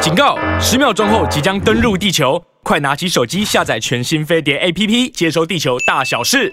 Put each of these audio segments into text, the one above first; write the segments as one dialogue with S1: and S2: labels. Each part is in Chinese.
S1: 警告！十秒钟后即将登陆地球，快拿起手机下载全新飞碟 APP，接收地球大小事。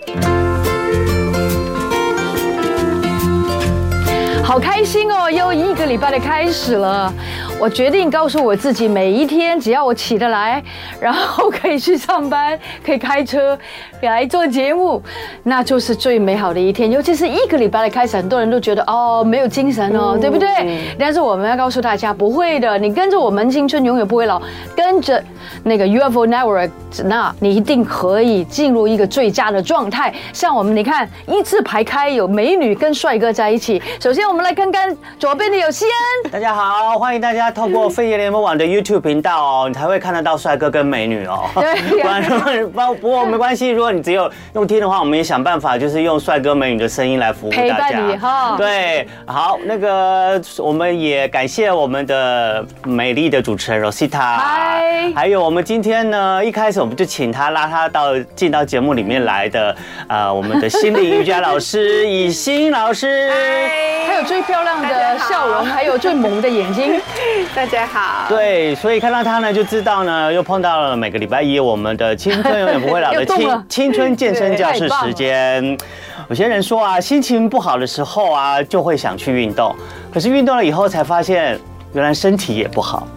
S2: 好开心哦，又一个礼拜的开始了。我决定告诉我自己，每一天只要我起得来，然后可以去上班， 可以开车来做节目，那就是最美好的一天。尤其是一个礼拜的开始，很多人都觉得哦没有精神哦，对不对？
S3: 嗯
S2: 但是我们要告诉大家，不会的，你跟着我们青春永远不会老，跟着那个 UFO Network，那你一定可以进入一个最佳的状态。像我们你看一字排开，有美女跟帅哥在一起。首先我们来看看左边的有西安，
S3: 大家好，欢迎大家透过飞碟联播网的 YouTube 频道哦，你才会看得到帅哥跟美女哦。
S2: 对
S3: 不然不不过没关系，如果你只有用听的话，我们也想办法，就是用帅哥美女的声音来服务大家。
S2: 陪伴你哈
S3: 对，好，那个我们也感谢我们的美丽的主持人 Rosita。
S2: 嗨
S3: 还有我们今天呢，一开始我们就请她拉她到进到节目里面来的，呃，我们的心理瑜伽老师以欣老师。
S2: 还有最漂亮的笑容，还有最萌的眼 睛。
S4: 大家好，
S3: 对，所以看到他呢，就知道呢，又碰到了每个礼拜一我们的青春永远不会老
S2: 又
S3: 的
S2: 动了
S3: 青青春健身教室时间。有些人说啊，心情不好的时候啊，就会想去运动，可是运动了以后才发现，原来身体也不好。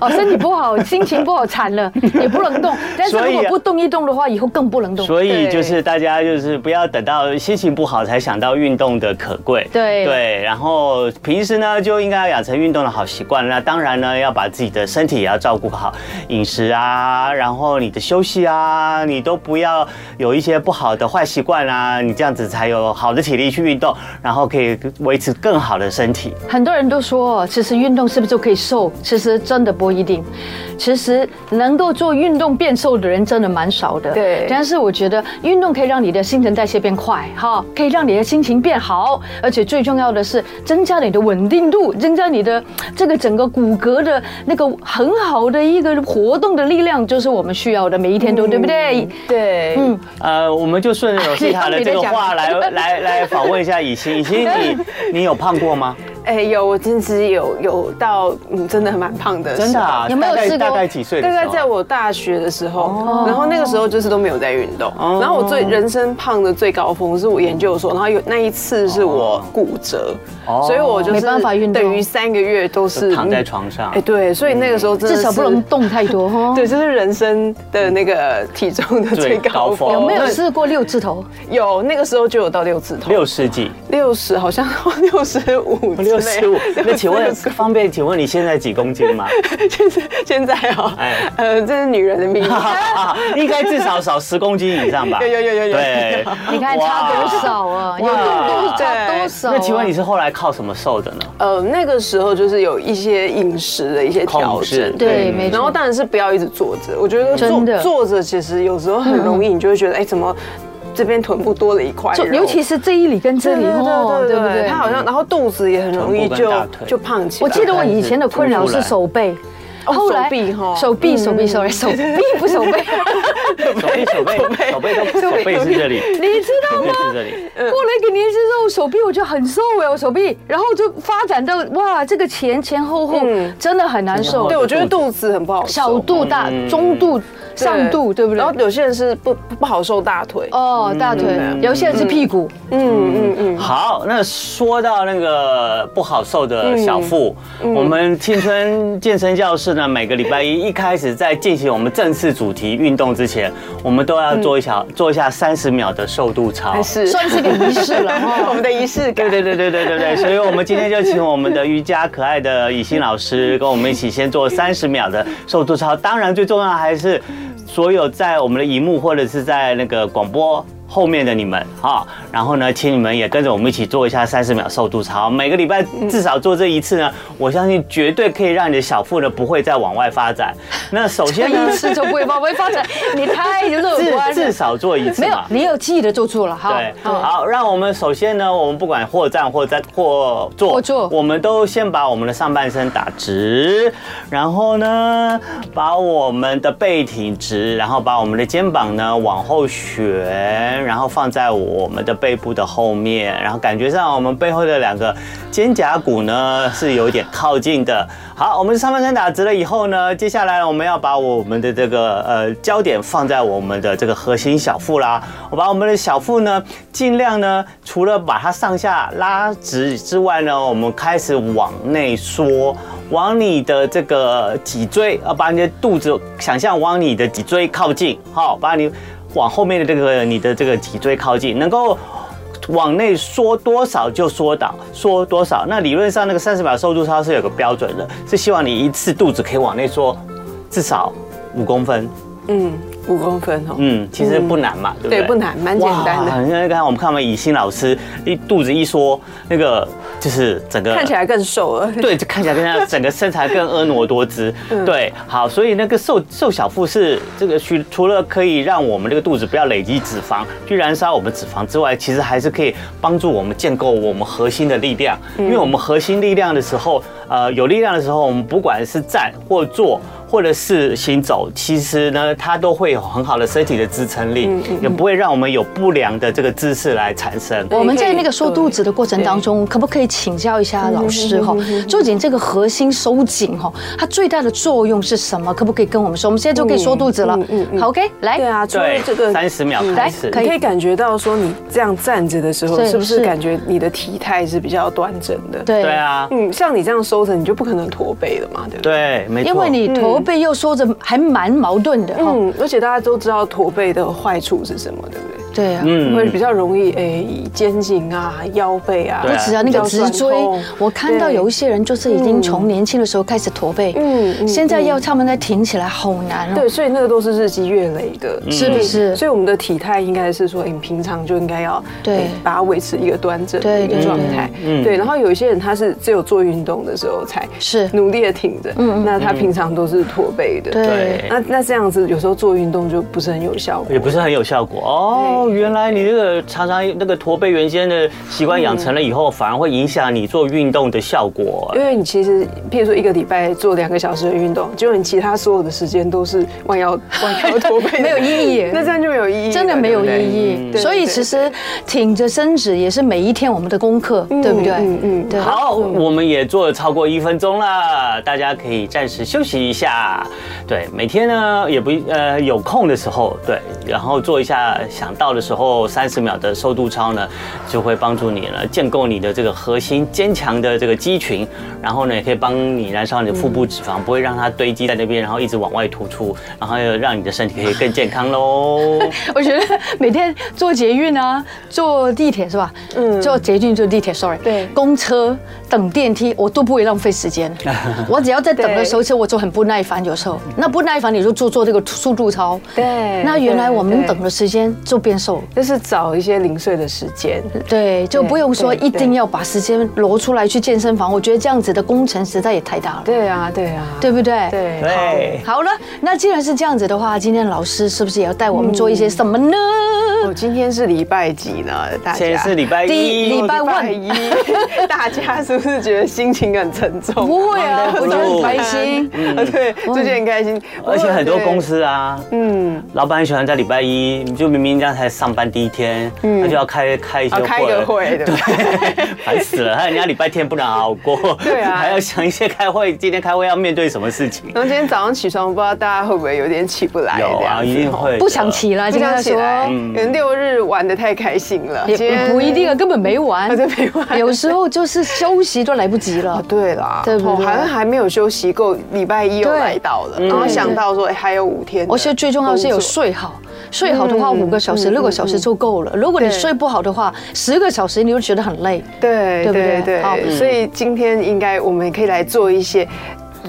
S2: 哦，身体不好，心情不好，惨了，也不能动。但是如
S3: 所
S2: 果
S3: 以啊
S2: 不动一动的话，以后更不能动。
S3: 所以
S4: 对
S3: 就是大家就是不要等到心情不好才想到运动的可贵。
S2: 对
S3: 对，然后平时呢就应该养成运动的好习惯。那当然呢要把自己的身体也要照顾好，饮食啊，然后你的休息啊，你都不要有一些不好的坏习惯啊，你这样子才有好的体力去运动，然后可以维持更好的身体。
S2: 很多人都说，其实运动是不是就可以瘦？其实真的不一定。其实能够做运动变瘦的人真的蛮少的。
S4: 对
S2: 但是我觉得运动可以让你的新陈代谢变快，哈，可以让你的心情变好，而且最重要的是增加你的稳定度，增加你的这个整个骨骼的那个很好的一个活动的力量，就是我们需要的，每一
S4: 嗯
S2: 天都对不对？嗯
S4: 对，嗯，
S3: 呃，我们就顺 着 r o s 的这个话来来来访问一下以欣，以欣你你有胖过吗？
S4: 哎、有，我真是有有到，嗯，真的蛮胖的时候，
S3: 真的、啊？
S2: 有没有
S3: 大
S2: 试
S3: 概
S2: 过
S3: 大概几岁的
S4: 大
S3: 时候啊？
S4: 概在我大学的时
S3: 哦
S4: 候，然后那个时候就是都没有在运动，然后我最人生胖的最高峰是我研究所，然后有那一次是我骨折，
S3: 哦
S4: 所以我就
S2: 没
S4: 是
S2: 办法运动
S4: 等于三个月都是
S3: 躺在床上
S4: 哎、对，所以那个时候真的
S2: 至
S4: 是
S2: 少不能动太多，哈。
S4: 对，这是人生的那个体重的
S3: 最
S4: 最
S3: 高
S4: 高
S3: 峰
S4: 峰。
S2: 有没有试过六字 头？
S4: 有，那个时候就有到六字头，
S3: 六世纪，
S4: 六十好像 到六十五， 啊
S3: 哦六十五。那请问
S4: 65
S3: 方便请问你现在几公斤 吗？
S4: 现在现在哦
S3: 哎，
S4: 呃，这是女人 的命运。
S3: 应该至少少十公斤以上吧？
S4: 有有有有有
S3: 对，
S2: 你看差多少啊？有
S3: 哇
S2: 运动都差多
S4: 对
S2: 少、啊？
S3: 那请问你是后来靠什么瘦的呢？
S4: 呃，那个时候就是有一些饮食的一些调
S3: 控制
S4: 整，
S2: 对，没
S4: 然后
S2: 错。
S4: 当然是不要一直坐着，我觉得
S2: 真的
S4: 坐坐着其实有时候很容易，你就会觉得哎，怎么这边臀部多了一块
S2: 就
S4: 肉？
S2: 尤其是这一里跟这
S4: 对
S2: 里
S4: 对
S2: 哦，
S4: 对
S2: 对不
S4: 对对，
S2: 对
S4: 它？好像然后肚子也很容
S3: 臀
S4: 易
S3: 部跟
S4: 就
S3: 大腿
S4: 就胖起来。
S2: 我记得我以前的困扰是手背，
S4: 哦手臂哈
S2: 手臂手臂 sorry 手臂不手背，
S3: 手背手背手背都手背是这里，
S2: 你知道
S3: 手
S2: 吗
S3: 背？是这里。
S2: 过了一个年纪之后，手臂我就很瘦哎，我手臂，然后就发展到哇，这个前前后后
S4: 嗯
S2: 真的很难受
S4: 对，，我觉得肚子很不好
S2: 小
S4: 瘦，
S2: 肚大、中肚、
S4: 对
S2: 上肚，对不对
S4: 然后？有些人是不不好瘦大腿，
S2: 哦，大腿，有些人是屁股，
S4: 嗯嗯嗯，
S3: 好，那说到那个不好受的小腹，
S4: 嗯
S3: 我们青春健身教室呢，每个礼拜一一开始在进行我们正式主题运动之前，我们都要做一小、做一下三十秒的瘦肚操
S4: 嗯还。是
S2: 算是个仪式 了哈。
S4: 我们的仪式感。
S3: 对对对对对对对，所以我们今天就请我们的瑜伽可爱的以欣老 师跟我们一起先做三十秒的瘦肚操。当然，最重要还是所有在我们的荧幕或者是在那个广播。后面的你们哈，然后呢，请你们也跟着我们一起做一下三十秒瘦肚操。每个礼拜
S4: 嗯
S3: 至少做这一次呢，我相信绝对可以让你的小腹呢不会再往外发展。那首先 呢
S2: 一，次就不会发，不会发展。你太乐
S3: 嗯至
S2: 观
S3: 至
S2: 了，
S3: 少做一次
S2: 没有
S3: 嘛，。
S2: 你有记得就做了哈。
S3: 对，好，让我们首先呢，我们不管或站或站或坐，
S2: 或坐
S3: 我们都先把我们的上半身打直，然后呢，把我们的背挺直，然后把我们的肩膀呢往后旋，然后放在我们的背部的后面，然后感觉上我们背后的两个肩胛骨呢是有点靠近的。好，我们上半身打直了以后呢，接下来我们要把我们的这个呃焦点放在我们的这个核心小腹啦。我把我们的小腹呢，尽量呢，除了把它上下拉直之外呢，我们开始往内缩。往你的这个脊椎，呃，把你的肚子想象往你的脊椎靠近，好，把你往后面的这个你的这个脊椎靠近，能够往内缩多少就缩到缩多少。那理论上那个三十秒瘦肚操是有个标准的，是希望你一次肚子可以往内缩至少五公分。
S4: 嗯，五公分哦。
S3: 嗯，其实不难嘛，对不对？
S4: 对不难蛮简单的
S3: 哇。那刚才我们看我们以欣老师一肚子一缩，那个就是整个
S4: 看起来更瘦了。
S3: 对，就看起来跟他整个身材更婀娜多姿。对，好，所以那个瘦瘦小腹是这个除除了可以让我们这个肚子不要累积脂肪，去燃烧我们脂肪之外，其实还是可以帮助我们建构我们核心的力量。因为我们核心力量的时候，呃，有力量的时候，我们不管是站或坐。或者是行走，其实呢，它都会有很好的身体的支撑力，也不会让我们有不良的这个姿势来产生。
S4: 哎
S2: 我们在那个收肚子的过程当中，可不可以请教一下
S4: 嗯
S2: 老师哈？究竟这个核心收紧哈，它最大的作用是什么？可不可以跟我们说？我们现在就可以收肚子
S4: 嗯
S2: 了。好，OK，来，
S4: 对啊，除了
S3: 对
S4: 这，个嗯
S3: 三十秒开
S2: 来
S3: 始，
S2: 哎可
S4: 你可以感觉到说，你这样站着的时候，
S2: 对
S4: 是不是
S2: 是
S4: 感觉你的体态是比较端正的？，
S3: 对，啊，
S4: 嗯，像你这样收着，你就不可能驼背了嘛，对不对？
S3: 对，没错。
S2: 因为你驼背又收着，还蛮矛盾的哈。
S4: 嗯，而且大家都知道驼背的坏处是什么，对不对？
S2: 对啊。
S3: 嗯
S4: 会比较容易诶肩颈啊、腰背啊，
S3: 对
S2: 不
S3: 啊
S2: 止啊，那个脊椎
S4: 比较酸痛，
S2: 我看到有一些人就是已经从年轻的时候开始驼背，
S4: 嗯嗯
S2: 现在要他们再挺起来好难哦。
S4: 对，所以那个都是日积月累的，
S2: 是不是
S4: 所以我们的体态应该是说，诶你平常就应该要
S2: 对
S4: 诶把它维持一个端正的
S2: 对
S4: 一个
S2: 对
S4: 状态。
S3: 嗯
S4: 对，然后有一些人他是只有做运动的时候才
S2: 是嗯
S4: 努力的挺着，那他平常都是驼背的。
S2: 对
S4: 那那这样子有时候做运动就不是很有效果
S3: 也。不是很有效果哦。原来你这个常常那个驼背原先的习
S4: 嗯
S3: 惯养成了以后，反而会影响你做运动的效果
S4: 因。为你其实，譬如说一个礼拜做两个小时的运动，结果你其他所有的时间都是 弯腰弯腰驼背的，
S2: 没有意义耶
S4: 那这样就没有意义了，
S2: 真的没有意
S4: 嗯对不对
S2: 义。
S4: 对
S2: 所以
S4: 对
S2: 其实挺着身子也是每一天我们的功课，对不对？
S4: 嗯嗯
S2: 对。
S3: 好，我们也做了超过一分钟了，大家可以暂时休息一下。对，每天呢也不呃有空的时候，对，然后做一下想到的时候三十秒的瘦肚操呢，就会帮助你呢建构你的这个核心坚强的这个肌群，然后呢也可以帮你燃烧你的腹部脂肪，不会让它堆积在那边，然后一直往外突出，然后又让你的身体可以更健康喽。
S2: 我觉得每天坐捷运啊，坐地铁是吧？嗯，坐捷运、坐地铁，sorry，
S4: 对
S2: 公车、等电梯，我都不会浪费时 间。我只要在等的时候，其实我就很不耐烦，有时候那不耐烦你就做做这个速度操。
S4: 对
S2: 那原来我们
S4: 对
S2: 等的时间就变瘦了。
S4: 就是找一些零碎的时间。
S2: 嗯对，就不用说
S4: 对对
S2: 一定要把时间挪出来去健身房，我觉得这样子的工程实在也太大了，
S4: 对啊，对啊，
S2: 对不对？。
S4: 对
S3: 对。
S2: 好了，那既然是这样子的话，今天老师是不是也要带我们做一些什么呢？
S3: 嗯
S4: 我今天是礼拜几呢？大家
S3: 现在是礼拜
S2: 第
S3: 一，
S2: 礼拜
S4: 拜一，大家是不是觉得心情很沉重？
S2: 不会啊
S4: 我
S3: 我觉得很
S2: 开心
S4: 哦对，最近很开心，
S3: 嗯
S4: 哦
S3: 而且很多公
S4: 司
S3: 司啊，嗯，老板很喜欢在礼拜一，就明明这样才上班第一天，他就要开开一些
S4: 啊
S3: 会，
S4: 嗯开一个会对吧
S3: 烦死了，还有人家礼拜天不能熬过，
S4: 对 啊
S3: 还要想一些开会，今天开会要面对什么事情，
S4: 然后今天早上起床，不知道大家会不会有点起不来？
S3: 有
S4: 这
S3: 啊，
S4: 样
S3: 一定
S4: 子。哦
S3: 会的
S2: 不想。起来，
S4: 不
S2: 就跟
S4: 想
S2: 他
S4: 起
S2: 说，
S4: 来，
S3: 嗯
S4: 可能六日玩的太开心了，今
S2: 也
S4: 天
S2: 不一定啊，根本没
S4: 啊
S2: 完
S4: 对没，完
S2: 有时候就是休息都来不及了
S3: 啊
S4: 哦，。对啦，
S2: 对不
S4: 哦
S2: 对
S4: 好像还没有休息够，礼拜一又
S2: 对
S4: 来到
S3: 嗯
S4: 了，然后想到说哎还有五天的工作，
S2: 而且最重要是有睡好，睡好的话
S3: 嗯
S2: 五个小时、六个小时就够了。如果你
S4: 对
S2: 睡不好的话，十个小时你就觉得很累。
S4: 对
S2: 对不
S4: 对
S2: 对好
S3: 嗯
S4: 对，所以今天应该我们可以来做一些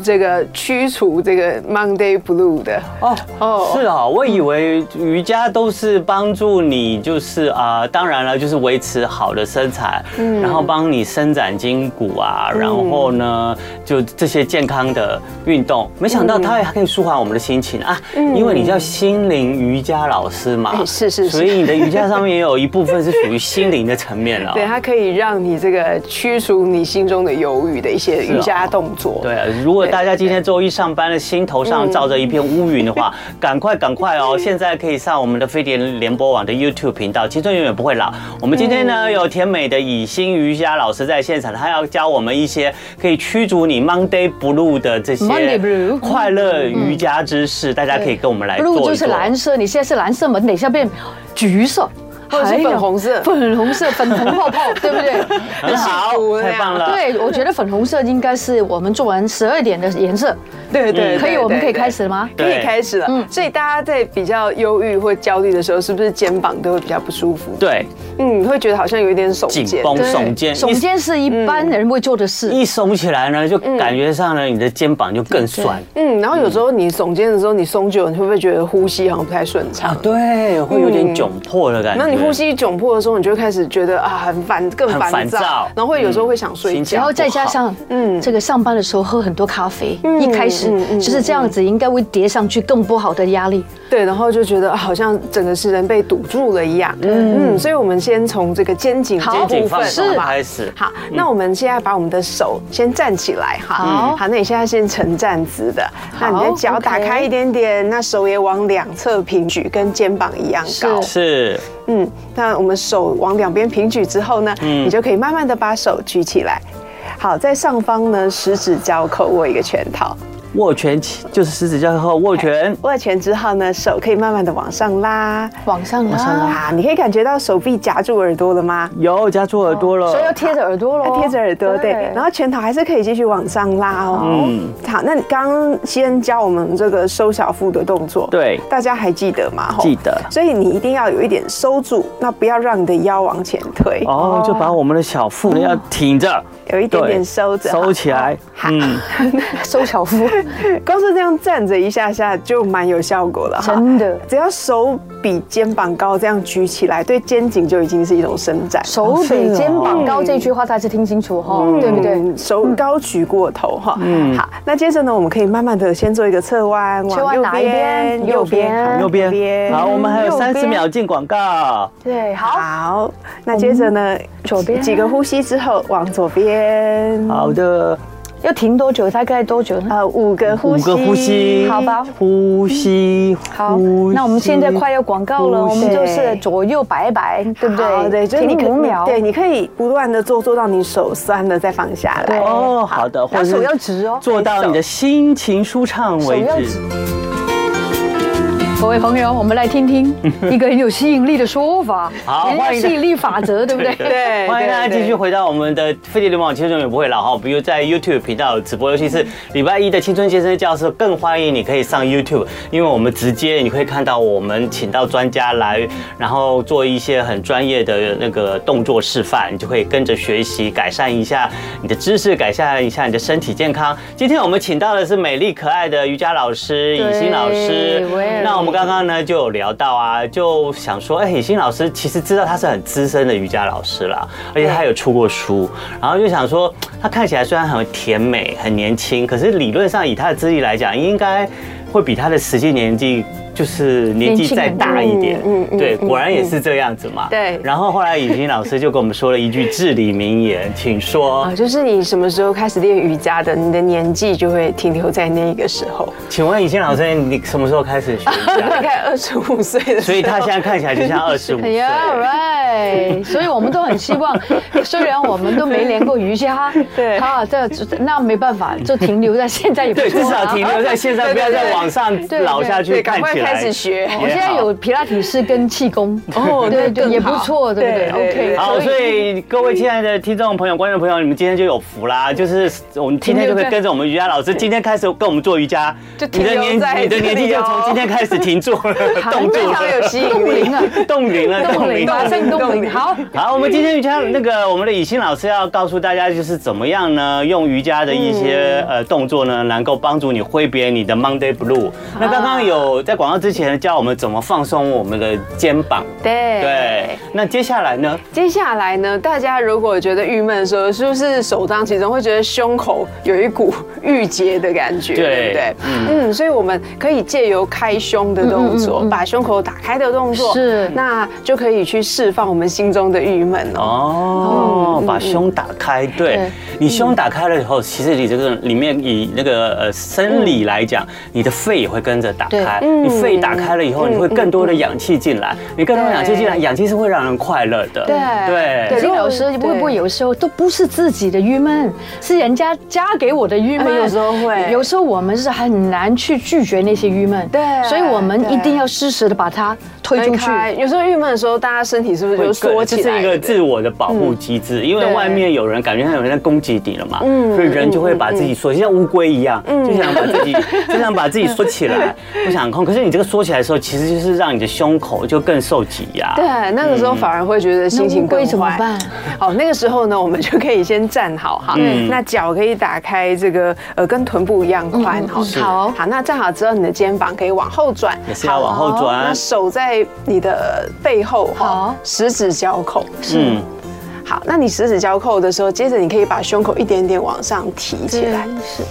S4: 这个驱除这个 Monday Blue 的
S3: 哦
S4: 哦
S3: 哦，是哦，我以为瑜伽都是帮助你，就是啊、呃当然了，就是维持好的身材，
S4: 嗯
S3: 然后帮你伸展筋骨啊，然后呢，就这些健康的运动。没想到它还可以舒缓我们的心情啊，因为你叫心灵瑜伽老师嘛
S4: 嗯哎，是是是
S3: 所以你的瑜伽上面也有一部分是属于心灵的层 面了、
S4: 对，它可以让你这个驱除你心中的忧郁的一些瑜伽动作。
S3: 啊对，如果果大家今天周一上班的心头上罩着一片乌云的话， 赶快赶快哦！现在可以上我们的飞碟联播网的 YouTube 频道，青春永远不会老。我们今天呢有甜美的以心瑜伽老师在现场，他要教我们一些可以驱逐你 Monday Blue 的这些
S5: Monday Blue
S3: 快乐瑜伽知识，大家可以跟我们来做一
S2: blue
S3: 做。
S2: 就是蓝色，你现在是蓝色嘛，你等一下变橘色，
S4: 或
S3: 哦
S4: 者是
S2: 还有
S4: 粉红 色
S2: 粉红色，粉红泡泡，对不对？
S3: 很好
S4: 幸福，
S3: 太棒 了。
S2: 对，啊我觉得粉红色应该是我们做完十二点的颜色。
S4: 对对，
S2: 可以，
S4: 对
S2: 我们可以
S4: 对
S2: 开始了嗯吗？
S4: 可
S3: 嗯
S4: 以
S3: 对
S4: 开始了。所以大家在比较忧郁或焦虑的时候，是不是肩膀都会比较不舒服？，
S3: 对，
S4: 嗯，会觉得好像有一点耸
S3: 紧
S4: 肩。嗯
S3: 绷
S2: 对
S3: 耸肩，
S2: 耸肩是一般人会做的事。
S3: 一耸起来呢，就感觉上呢，你的肩膀就更酸。
S4: 嗯，然后有时候你耸肩的时候，你松久了，你会不会觉得呼吸好像不太顺畅？
S3: 啊对，会有点窘迫的感觉。
S4: 那你呼吸窘迫的时候，你就会开始觉得啊，很烦，更
S3: 很
S4: 烦
S3: 烦
S4: 躁
S3: 躁，嗯
S4: 然后会有时候会想睡
S3: 心情
S4: 觉
S2: 然。后再加上，嗯，这个上班的时候喝很多咖啡，一开始
S4: 嗯嗯
S2: 就是这样子，应该会叠上去更不好的压力。
S4: 对，然后就觉得啊好像整个是人被堵住了一样。嗯，所以我们先从这个肩颈这
S2: 好
S3: 肩
S4: 个部
S3: 颈放
S4: 分
S3: 松
S4: 好不好
S3: 开始。
S4: 好，那我们现在把我们的手先站起来哈。
S3: 嗯
S2: 好
S4: 好，那你现在先呈站直的，那你的脚
S2: OK
S4: 打开一点点，那手也往两侧平举，跟肩膀一样高。
S2: 是
S3: 是，
S4: 嗯，那我们手往两边平举之后呢，
S3: 嗯
S4: 你就可以慢慢的把手举起来。好，在上方呢，十指交扣握一个拳头，
S3: 握拳起就是十指交扣握拳，
S4: 握拳之后呢，手可以慢慢的往上拉。
S2: 往上拉，
S4: 啊，你可以感觉到手臂夹住耳朵了吗？
S3: 有夹住耳朵
S2: 哦
S5: 所以要
S3: 了。
S5: 贴着耳朵喽，
S4: 贴着耳朵，哦对，然后拳头还是可以继续往上拉哦。嗯，好，那你刚刚先教我们这个收小腹的动作，
S3: 对
S4: 大家还记得吗？吼
S3: 记得
S4: 所以你一定要有一点收住，那不要让你的腰往前推，
S3: 哦，
S2: 啊
S3: 就把我们的小腹
S2: 嗯
S3: 要挺着，
S4: 有一点
S3: 对
S4: 点收着，
S3: 收起来。
S4: 好。
S3: 嗯，
S2: 收小 腹，
S4: 光是这样站着一下下就蛮有效果了哈，
S2: 真的
S4: 只要手比肩膀高这样举起来，对肩颈就已经是一种伸展。
S2: 手比肩膀高
S4: 嗯
S2: 这句话大家听清楚哈，对不对？
S4: 嗯手高举过头哈。嗯，好，那接着呢，我们可以慢慢的先做一个侧弯，
S2: 侧
S4: 往
S2: 弯
S4: 右
S2: 哪一
S4: 边，
S2: 边右边
S3: 右边。好，我们还有
S2: 右边
S3: 三十秒进广告。
S2: 对，好，
S4: 好，那接着呢，
S2: 左边
S4: 几个呼吸之后往左边，
S3: 好的，
S2: 要停多久？大概多久呢？
S4: 呃，五个呼
S3: 五
S4: 吸，
S3: 个呼吸，
S2: 好吧
S3: 呼吸，
S2: 好
S3: 呼，吸
S2: 那我们现在快要广告了，
S3: 呼
S2: 我
S3: 吸
S2: 们就是左右摆摆，对不
S4: 好
S2: 对？
S4: 对，就是你可
S2: 停五秒，
S4: 对，你可以不断的做，做到你手酸了再放下来。
S3: 哦，好的，或
S2: 然后手
S3: 是
S2: 要直哦，
S3: 做到你的心情舒畅为
S2: 手要
S3: 止
S2: 直。各位朋友，我们来听 听一个很有吸引力的说法，
S3: 好
S2: 人家
S3: 欢迎
S2: 吸引力法 则，对不对？
S4: 对，
S3: 欢迎大家
S4: 对
S3: 继续。回到我们的《飞碟联盟》青春永远不会老哈，我们又在 YouTube 频道有直播，尤其是礼拜一的青春健身教室，更欢迎你可以上 YouTube，因为我们直接你可以看到我们请到专家来，然后做一些很专业的那个动作示范，你就可以跟着学习，改善一下你的知识，改善一下你的身体健康。今天我们请到的是美丽可爱的瑜伽老师
S2: 对
S3: 以欣老师
S2: 我也，
S3: 那我们刚刚呢就有聊到啊，就想说，哎、以欣老师其实知道他是很资深的瑜伽老师啦，而且他有出过书，然后就想说，他看起来虽然很甜美、很年轻，可是理论上以他的资历来讲，应该会比他的实际年纪。就是年纪
S2: 年轻
S3: 再
S2: 很多
S3: 大一点，
S4: 嗯嗯嗯
S3: 对，
S4: 嗯
S3: 果然也是这样子嘛。
S4: 对
S3: 然后后来以欣老师就跟我们说了一句至理名言，请说
S4: 啊，，就是你什么时候开始练瑜伽的，你的年纪就会停留在那一个时候，
S3: 请问以欣老师，你什么时候开始学瑜伽
S4: 大？ 概二十五岁的时候。
S3: 所以他现在看起来 就像二十五
S2: 哎
S3: 岁。
S2: 呀，right！所以我们都很希望，虽然我们都没练过瑜伽，
S4: 对
S2: 啊，这那没办法，就停留在现在也不
S3: 对，
S2: 错
S3: 至
S2: 啊
S3: 少停留在现在，
S4: 对
S3: 不
S4: 对
S3: 要再
S4: 对
S3: 往上
S2: 对
S3: 老下去。
S4: 对，
S3: 看
S4: 赶快
S3: 起来
S4: 开始。学。
S2: 我现在有皮拉提式跟气功，
S4: 哦
S2: 对
S4: 那更
S2: 对，
S4: 好
S2: 也不错，对不对
S4: 对对对
S2: ？OK，
S3: 好，所以各位亲爱的听众朋友、观众朋友，你们今天就有福啦！就是我们今天就可以跟着我们瑜伽老师，今天开始跟我们做瑜伽，
S4: 就
S3: 你
S4: 停
S3: 的
S4: 留
S3: 年
S4: 在
S3: 你的
S4: 这
S3: 年纪
S4: 里
S3: 就从
S4: 哦
S3: 今天开始停住了，冻住
S4: 非常有
S3: 了，
S4: 吸引力。
S2: 啊，
S3: 冻龄了，
S2: 动
S3: 冻龄
S2: 灵，
S3: 了
S2: 马。上
S4: 动
S2: 动
S4: 灵
S2: 灵，好。
S3: 好，我们今天瑜伽那个我们的以欣老师要告诉大家，就是怎么样呢？用瑜伽的一些、呃动作呢，能够帮助你挥别你的 Monday Blue。那刚刚有在广告之前教我们怎么放松我们的肩膀，
S4: 对
S3: 对。那接下来呢？
S4: 接下来呢，大家如果觉得郁闷的时候，是不是首当其冲会觉得胸口有一股郁结的感觉，
S3: 对
S4: 对不对？嗯，所以我们可以
S3: 嗯
S4: 借由开胸的动作，把胸口打开的动作，
S2: 是
S4: 那就可以去释放放我们心中的郁闷哦。
S3: 哦，
S4: 嗯
S3: 把胸打开，对
S2: 对
S3: 你胸打开了以后，其实你这个里面以那个呃生理来讲，你的肺也会跟着打开。
S4: 嗯
S3: 你肺打开了以后，你会更多的氧气进来，你更多的氧气进来，
S4: 对
S3: 氧气是会让人快乐的。
S5: 对
S3: 对
S5: 金老师
S4: 对
S5: 会不会有时候都不是自己的郁闷，是人家加给我的郁闷？
S4: 啊有时候会
S5: 有时候我们是很难去拒绝那些郁闷，
S4: 对
S5: 所以我们
S4: 对
S5: 一定要适时的把它推
S4: 推
S5: 出去。
S4: 开，有时候郁闷的时候，大家身体是不是
S3: 会
S4: 就
S3: 更
S4: 缩
S3: 这
S4: 起
S3: 是
S4: 来？嗯
S3: 一个自我的保护机制，因为
S4: 对嗯
S3: 外面有人感觉像有人在攻击你了嘛，所以人就会把自己缩，就像乌龟一样，就想把 自己就想把自己缩起来，不想控。可是你这个缩起来的时候，其实就是让你的胸口就更受挤压。
S4: 对，那个时候反而会觉得心情
S2: 嗯那乌
S4: 更
S2: 龟怎么
S4: 坏
S2: 办。
S4: 好，那个时候呢，我们就可以先站好哈，
S3: 嗯
S4: 那脚可以打开这个呃跟臀部一样宽哈。
S2: 好
S4: 好，那站好之后，你的肩膀可以往后转，
S3: 也是要往后
S4: 好那
S3: 转，
S4: 手在你的背后哈
S2: 好，
S4: 十指交扣。
S3: 嗯，
S4: 好，那你十指交扣的时候，接着你可以把胸口一点点往上提起来。
S2: 是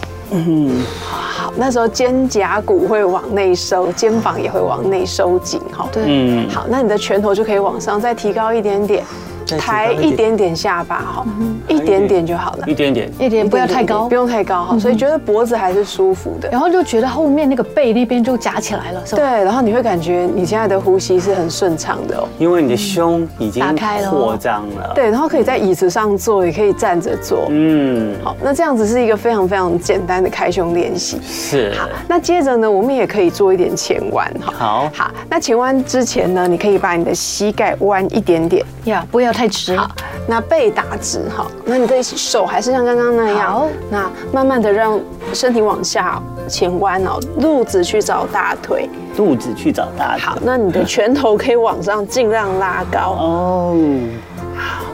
S4: 好，那时候肩胛骨会往内收，肩膀也会往内收紧哈。
S2: 对
S3: 嗯
S4: 好，那你的拳头就可以往上再提高一点点，
S3: 再提高
S4: 抬
S3: 一点
S4: 一点点下巴哈，一点点就好了
S3: 嗯一。点点，
S2: 一点不要太高
S4: 不，用太高嗯哈，所以觉得脖子还是舒服的。
S2: 然后就觉得后面那个背那边就夹起来了，是
S4: 对，
S2: 吧？
S4: 然后你会感觉你现在的呼吸是很顺畅的哦。
S3: 因为你的胸已经
S2: 打开了
S3: 扩张了。，
S4: 对，然后可以在椅子上坐，也可以站着坐。
S3: 嗯，
S4: 好，那这样子是一个非常非常简单的开胸练习。
S3: 是，
S4: 好，那接着呢，我们也可以做一点前弯哈。
S3: 好，
S4: 好，那前弯之前呢，你可以把你的膝盖弯一点点，
S2: 呀，不要太直，
S4: 啊那背打直哈，那你的手还是像刚刚那样
S2: 好，
S4: 那慢慢的让身体往下前弯哦，肚子去找大腿。
S3: 肚子去找大
S4: 好
S3: 腿，。
S4: 那 你的拳头可以往上尽量拉高。
S3: 哦，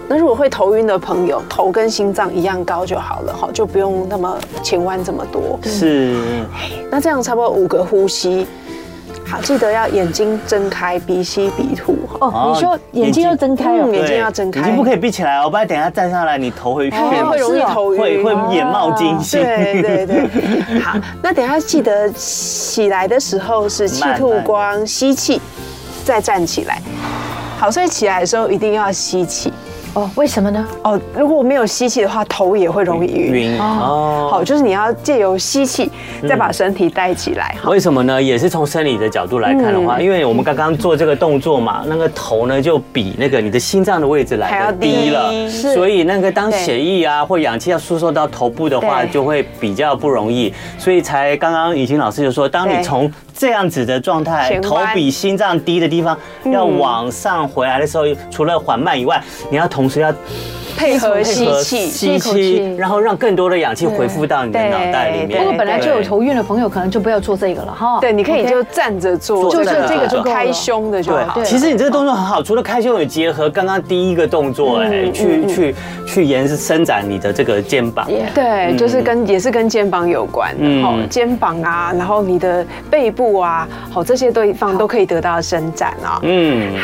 S4: 那如果会头晕的朋友，头跟心脏一样高就好了哈，就不用那么前弯这么多。
S3: 是，
S4: 那这样差不多五个呼吸。好，记得要眼睛睁开，鼻吸鼻吐哈。
S3: 哦
S2: 哦，你说眼睛要睁开
S4: 嗯
S2: 哦，
S4: 眼睛
S3: 对
S4: 要睁开
S3: 眼睛不可以闭起来哦，不然等一下站上来你头会
S4: 对会容易
S2: 是哦
S4: 头晕，
S3: 会会眼冒金 星。
S4: 对对对，好，那等一下记得起来的时候是气吐光，吸气，再站起来。好，所以起来的时候一定要吸气
S2: 哦，为什么呢？
S4: 哦。如果没有吸气的话，头也会容易晕。
S3: 晕哦。
S4: 好，就是你要借由吸气，再把身体带起来。好，
S3: 为什么呢？也是从生理的角度来看的话，
S4: 嗯
S3: 因为我们刚刚做这个动作嘛，那个头呢就比那个你的心脏的位置
S4: 还
S3: 来
S4: 要
S3: 的
S4: 低
S3: 低了，
S4: 是
S3: 所以那个当
S4: 对
S3: 血液啊或氧气要输送到头部的话，
S4: 对
S3: 就会比较不容易。所以才刚刚雨欣老师就说，当
S4: 对
S3: 你从这样子的状态，
S4: 前
S3: 头
S4: 弯
S3: 比心脏低的地方
S4: 嗯
S3: 要往上回来的时候，除了缓慢以外，你要同时要
S4: 配合吸
S3: 呃
S4: 气。
S3: 吸
S2: 一口气
S3: 气，然后让更多的氧气回复到你的脑袋里
S4: 对
S3: 面。
S4: 对
S5: 如果本来就有
S3: 对
S5: 头晕的朋友，可能就不要做这个了哈。
S4: 对，你可以
S5: OK
S4: 就站着做，
S3: 就就
S4: 站着
S3: 这个
S4: 做
S3: 就
S5: 够了
S4: 开胸的就好
S3: 对，。其实你这个动作很好，除了开胸有结合刚刚第一个动作，
S5: 嗯
S3: 哎、去去去延伸展你的这个肩膀。
S4: 对，就是跟也是跟肩膀有关，
S3: 嗯
S4: 好，肩膀啊，然后你的背部啊，好，这些地方都可以得到伸展啊。
S3: 嗯，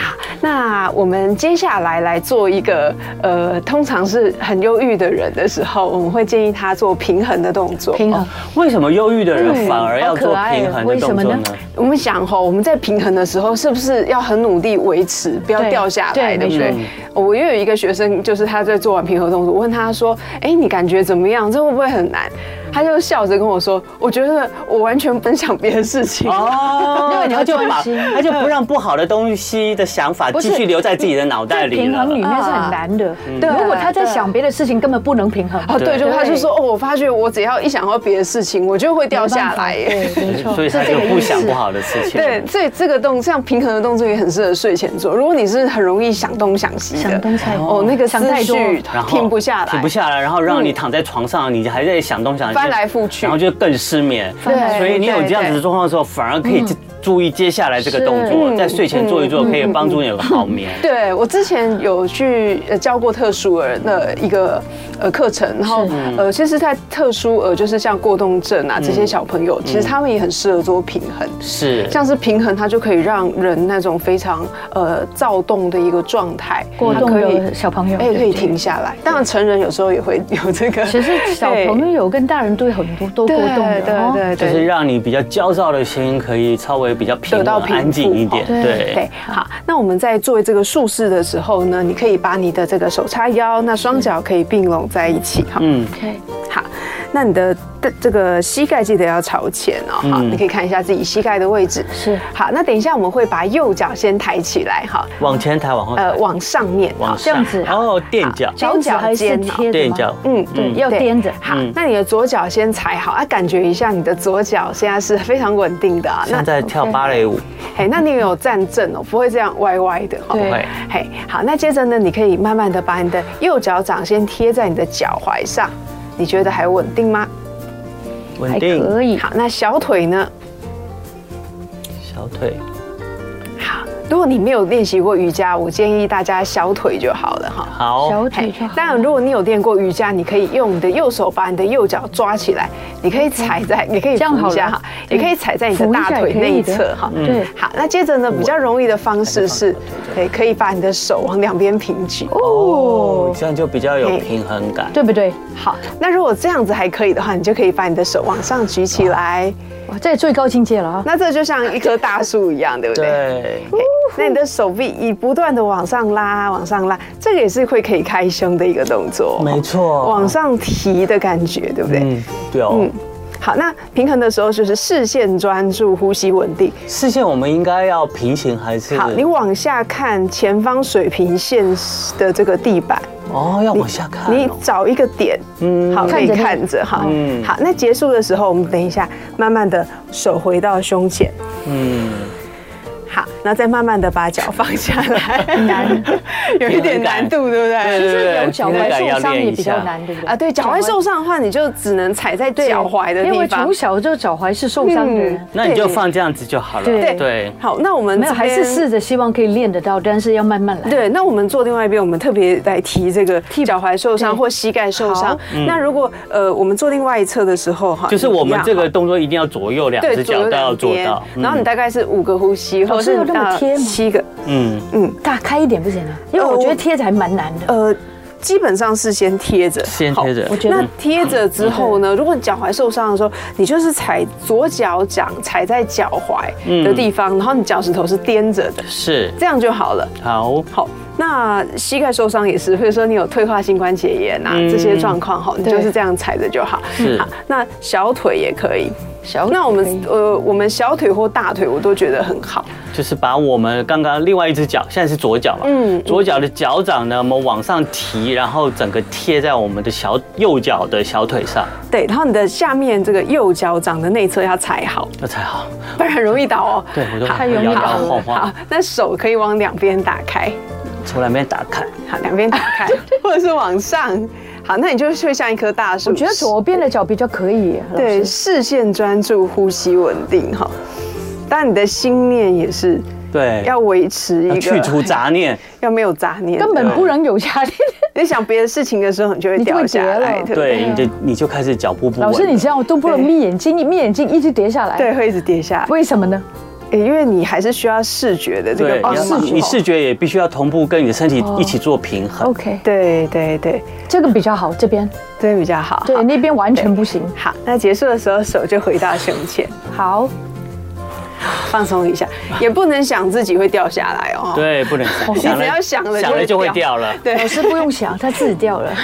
S4: 那我们接下来来做一个，呃，通常是很忧郁的人的时候，我们会建议他做平衡的动作。
S5: 平衡。
S3: 为什么忧郁的人反而要做平衡的
S5: 好可爱哦为什
S3: 动
S5: 么
S3: 作
S5: 呢
S3: 呢？
S4: 我们想吼，我们在平衡的时候，是不是要很努力维持，不要
S5: 对
S4: 掉下来，
S5: 对
S4: 对不
S5: 没
S4: 对？我又有一个学生，就是他在做完平衡动作，我问他说：“哎，你感觉怎么样？这会不会很难？”他就笑着跟我说：“我觉得我完全不想别的事 情。”
S3: 哦，
S5: 因为你要
S3: 他就
S5: 专
S3: 把
S5: 心
S3: 他就不让不好的东西的想法
S5: 不是
S3: 继续留在自己的脑袋
S5: 在
S3: 里
S5: 平衡里
S3: 了。
S5: 面是很难的。
S4: 对
S5: 如果他在想别的事情，根本不能平衡。
S4: 哦， 嗯对，
S3: 对
S4: 就他就说：“哦，我发觉我只要一想到别的事情，我就会哦掉下来。”嗯
S5: 对，没错。
S3: 所以他
S5: 是这
S3: 就
S5: 个意思
S3: 不想不好的事情。
S4: 对，所以这个动像平衡的动作也很适合睡前做。如果你是很容易想东想西的，
S2: 想东想西
S4: 哦，那个
S5: 想
S4: 思
S5: 太多
S4: 绪
S3: 然后
S4: 停不下来，
S3: 停不下来，然后让你躺在床上，你还在想东想西，
S4: 翻来覆去
S3: 然后就更失眠。
S4: 对
S3: 所以你有这样子
S4: 对对
S3: 的状况的时候，反而可以注意接下来这个动作，
S4: 是嗯
S3: 在睡前做一做，可以帮助你有个好眠。
S4: 对我之前有去呃教过特殊儿的一个呃课程，然后呃，其实，在特殊儿就是像过动症
S5: 嗯
S4: 啊这些小朋友，其实他们也很适合做平衡。
S3: 是，
S4: 像是平衡，它就可以让人那种非常呃躁动的一个状态，
S5: 过
S4: 它
S5: 动
S4: 可以
S5: 的小朋友
S4: 哎可以
S5: 对不对
S4: 停下来。当然，成人有时候也会有这个，
S5: 其 实小朋友跟大人都有很多都
S4: 对
S5: 过动
S4: 对
S5: 的
S4: 对
S5: 哦。
S4: 对对，
S3: 就是让你比较焦躁的心可以稍微比较平
S4: 得
S3: 稳、
S4: 到平
S3: 安静
S4: 复
S3: 一点。
S2: 哦
S3: 对，
S4: 好，那我们在做这个竖式的时候呢，你可以把你的这个手叉腰，那双脚可以并拢在一起，哈，
S3: 嗯，
S2: OK，
S4: 好，那你的的这个膝盖记得要朝前哦，好，
S3: 嗯
S4: 你可以看一下自己膝盖的位置，
S2: 是，
S4: 好，那等一下我们会把右脚先抬起来，哈，
S3: 往前抬，往后抬，
S4: 呃，往上面，好
S3: 哦往
S2: 这样
S3: 上
S2: 子
S3: 哦，垫脚，
S4: 脚
S2: 脚趾
S4: 脚
S2: 还是
S4: 尖
S5: 啊
S4: 哦
S2: 贴着
S3: 垫
S2: 吗？
S3: 脚，
S4: 嗯，
S2: 对，
S3: 嗯
S2: 要
S4: 对
S2: 颠着。
S4: 好
S3: 嗯，
S4: 那你的左脚先踩好，啊，感觉一下你的左脚现在是非常稳定的啊。那
S3: 像在跳芭蕾舞，
S4: 嘿，那你也有站正哦，不会这样歪歪的哦。
S2: 对
S3: 会
S4: 嘿，好，那接着呢，你可以慢慢的把你的右脚掌先贴在你的脚踝上，你觉得还稳定吗？
S3: 稳
S2: 还
S3: 定
S2: 可以，
S4: 好，那小腿呢？
S3: 小腿，
S4: 好，如果你没有练习过瑜伽，我建议大家小腿就好了哈。
S3: 好，
S2: 小腿就好。
S4: 当然，哎如果你有练过瑜伽，你可以用你的右手把你的右脚抓起来，你可以踩在，你可以
S2: 这样
S4: 扶一下
S2: 好了
S4: 哈，也可以踩在你的
S2: 扶一
S4: 大
S2: 下也
S4: 腿
S2: 可以
S4: 内
S2: 的
S4: 侧哈。嗯
S2: 对，
S4: 好，那接着呢，比较容易的方式是，对，可以把你的手往两边平举。
S3: 哦
S2: 哦，，
S3: 这样就比较有平衡感。
S2: 对不对？
S4: 好，那如果这样子还可以的话，你就可以把你的手往上举起来。
S2: 哇，这也最高境界了啊！
S4: 那这就像一棵大树一样，对不对？
S3: 对，
S4: 嘿那你的手臂以不断的往上拉，往上拉，这个也是会可以开胸的一个动作。
S3: 没错，
S4: 往，上提的感觉，对不对？
S3: 嗯，对哦
S4: 嗯。好，那平衡的时候就是视线专注，呼吸稳定。
S3: 视线我们应该要平行还是？
S4: 好，你往下看前方水平线的这个地板，
S3: 哦，要往下看哦。
S4: 你找一个点，
S3: 嗯
S4: 好，可以
S2: 看着它
S4: 看着哈。
S3: 嗯
S4: 好，那结束的时候，我们等一下，慢慢的手回到胸前，
S3: 嗯，
S4: 好，那再慢慢的把脚放下 来，有一点难度，对不
S3: 对
S4: 对？
S2: 其
S3: 对
S2: 实
S3: 对，
S2: 有脚
S3: 平衡感
S2: 踝
S3: 要
S2: 受伤
S3: 练
S2: 也
S3: 一
S2: 比较
S3: 下
S2: 难，对不对？
S4: 啊，对，脚踝受伤的话，你就只能踩在
S2: 对
S4: 脚踝的
S2: 因为
S4: 地
S2: 我
S4: 方
S2: 从。小就脚踝是受伤的人
S4: 嗯。
S3: 那你就放这样子就好了。
S2: 对
S3: 对，
S4: 好，那我们
S2: 没有，
S4: 这
S2: 还
S4: 边
S2: 是试着希望可以练得到，但是要慢慢来。
S4: 对，那我们做另外一边，我们特别来提这个脚踝受伤
S2: 对
S4: 或膝盖受伤
S2: 好。
S4: 那如果呃，我们做另外一侧的时候哈，
S3: 嗯就是我
S4: 一
S3: 们
S4: 样
S3: 这
S4: 哈
S3: 个动作一定要左右两只
S4: 对
S3: 脚
S4: 左
S3: 都要
S4: 两
S3: 做
S4: 边
S3: 到。，嗯
S4: 然后你大概是五个呼吸，或者
S2: 是
S4: 是
S2: 有
S4: 你
S2: 那么
S4: 到
S2: 贴吗
S4: 七个。
S3: 嗯，
S2: 打开一点不行啊，因为我觉得贴着还蛮难的。
S4: 呃，基本上是先贴着，
S3: 先贴着
S4: 好
S2: 我觉得
S4: 呃那贴着之后呢，如果你脚踝受伤的时候，你就是踩左脚掌踩在脚
S3: 嗯
S4: 踝的地方，然后你脚趾头是颠着的，
S3: 是
S4: 这样就好了。
S3: 好，
S4: 好，那膝盖受伤也是，比如说你有退化性关节炎啊、
S3: 嗯
S4: 这些状况，哈，你
S2: 对
S4: 就是这样踩着就好。
S3: 是
S4: 好，那小腿也可以。
S2: 小
S4: 那我
S2: 可
S4: 们
S2: 以
S4: 呃，我们小腿或大腿我都觉得很好。
S3: 就是把我们刚刚另外一只脚，现在是左脚嘛，
S4: 嗯
S3: 嗯，左脚的脚掌呢，我们往上提，然后整个贴在我们的小右脚的小腿上，
S4: 对，然后你的下面这个右脚掌的内侧要踩好，
S3: 那才好。
S4: 不然很容易倒哦。
S3: 对，我就
S4: 好
S2: 容易
S3: 摇
S2: 倒
S3: 摇
S2: 了
S3: 晃
S4: 好
S3: 晃，，
S4: 那手可以往两边打开，
S3: 从两边打开。
S4: 好，两边打 开，或者是往上。好，那你就会像一棵大树。
S2: 我觉得左边的脚比较可以耶。老
S4: 对
S2: 师，
S4: 视线专注，呼吸稳定哈。但你的心念也是
S3: 对，
S4: 要维持一
S3: 要
S4: 个
S3: 去除杂念。
S4: 要没有杂念，
S2: 根本
S4: 对
S2: 不能有压力。
S4: 你想别的事情的时候，你就会
S2: 你就会
S4: 掉下来，
S2: 跌了
S4: 不
S3: 对，你就你就开始脚步不稳。
S2: 老师，你这样我都不能
S4: 对
S2: 眯眼睛，一眯眼睛一直跌下来。
S4: 对，，会一直跌下来，
S2: 为什么呢？
S4: 诶因为你还是需要视觉的这个
S3: 对，
S4: 帮
S3: 你
S2: 哦
S3: 要
S4: 忙
S2: 视。觉
S3: 你视觉也必须要同步跟你的身体
S2: 哦
S3: 一起做平衡。
S2: OK，
S4: 对对对，
S2: 这个比较好，这边
S4: 这比较好。
S2: 对那边完全不行。
S4: 好，那结束的时候手就回到胸前，
S2: 好，
S4: 放松一下，也不能想自己会掉下来哦。
S3: 对，不能想，
S4: 你只要想了
S3: 想了
S4: 就
S3: 就
S4: 会
S3: 会掉
S4: 掉
S3: 了。
S4: 对
S2: 老师不用想，他自己掉了。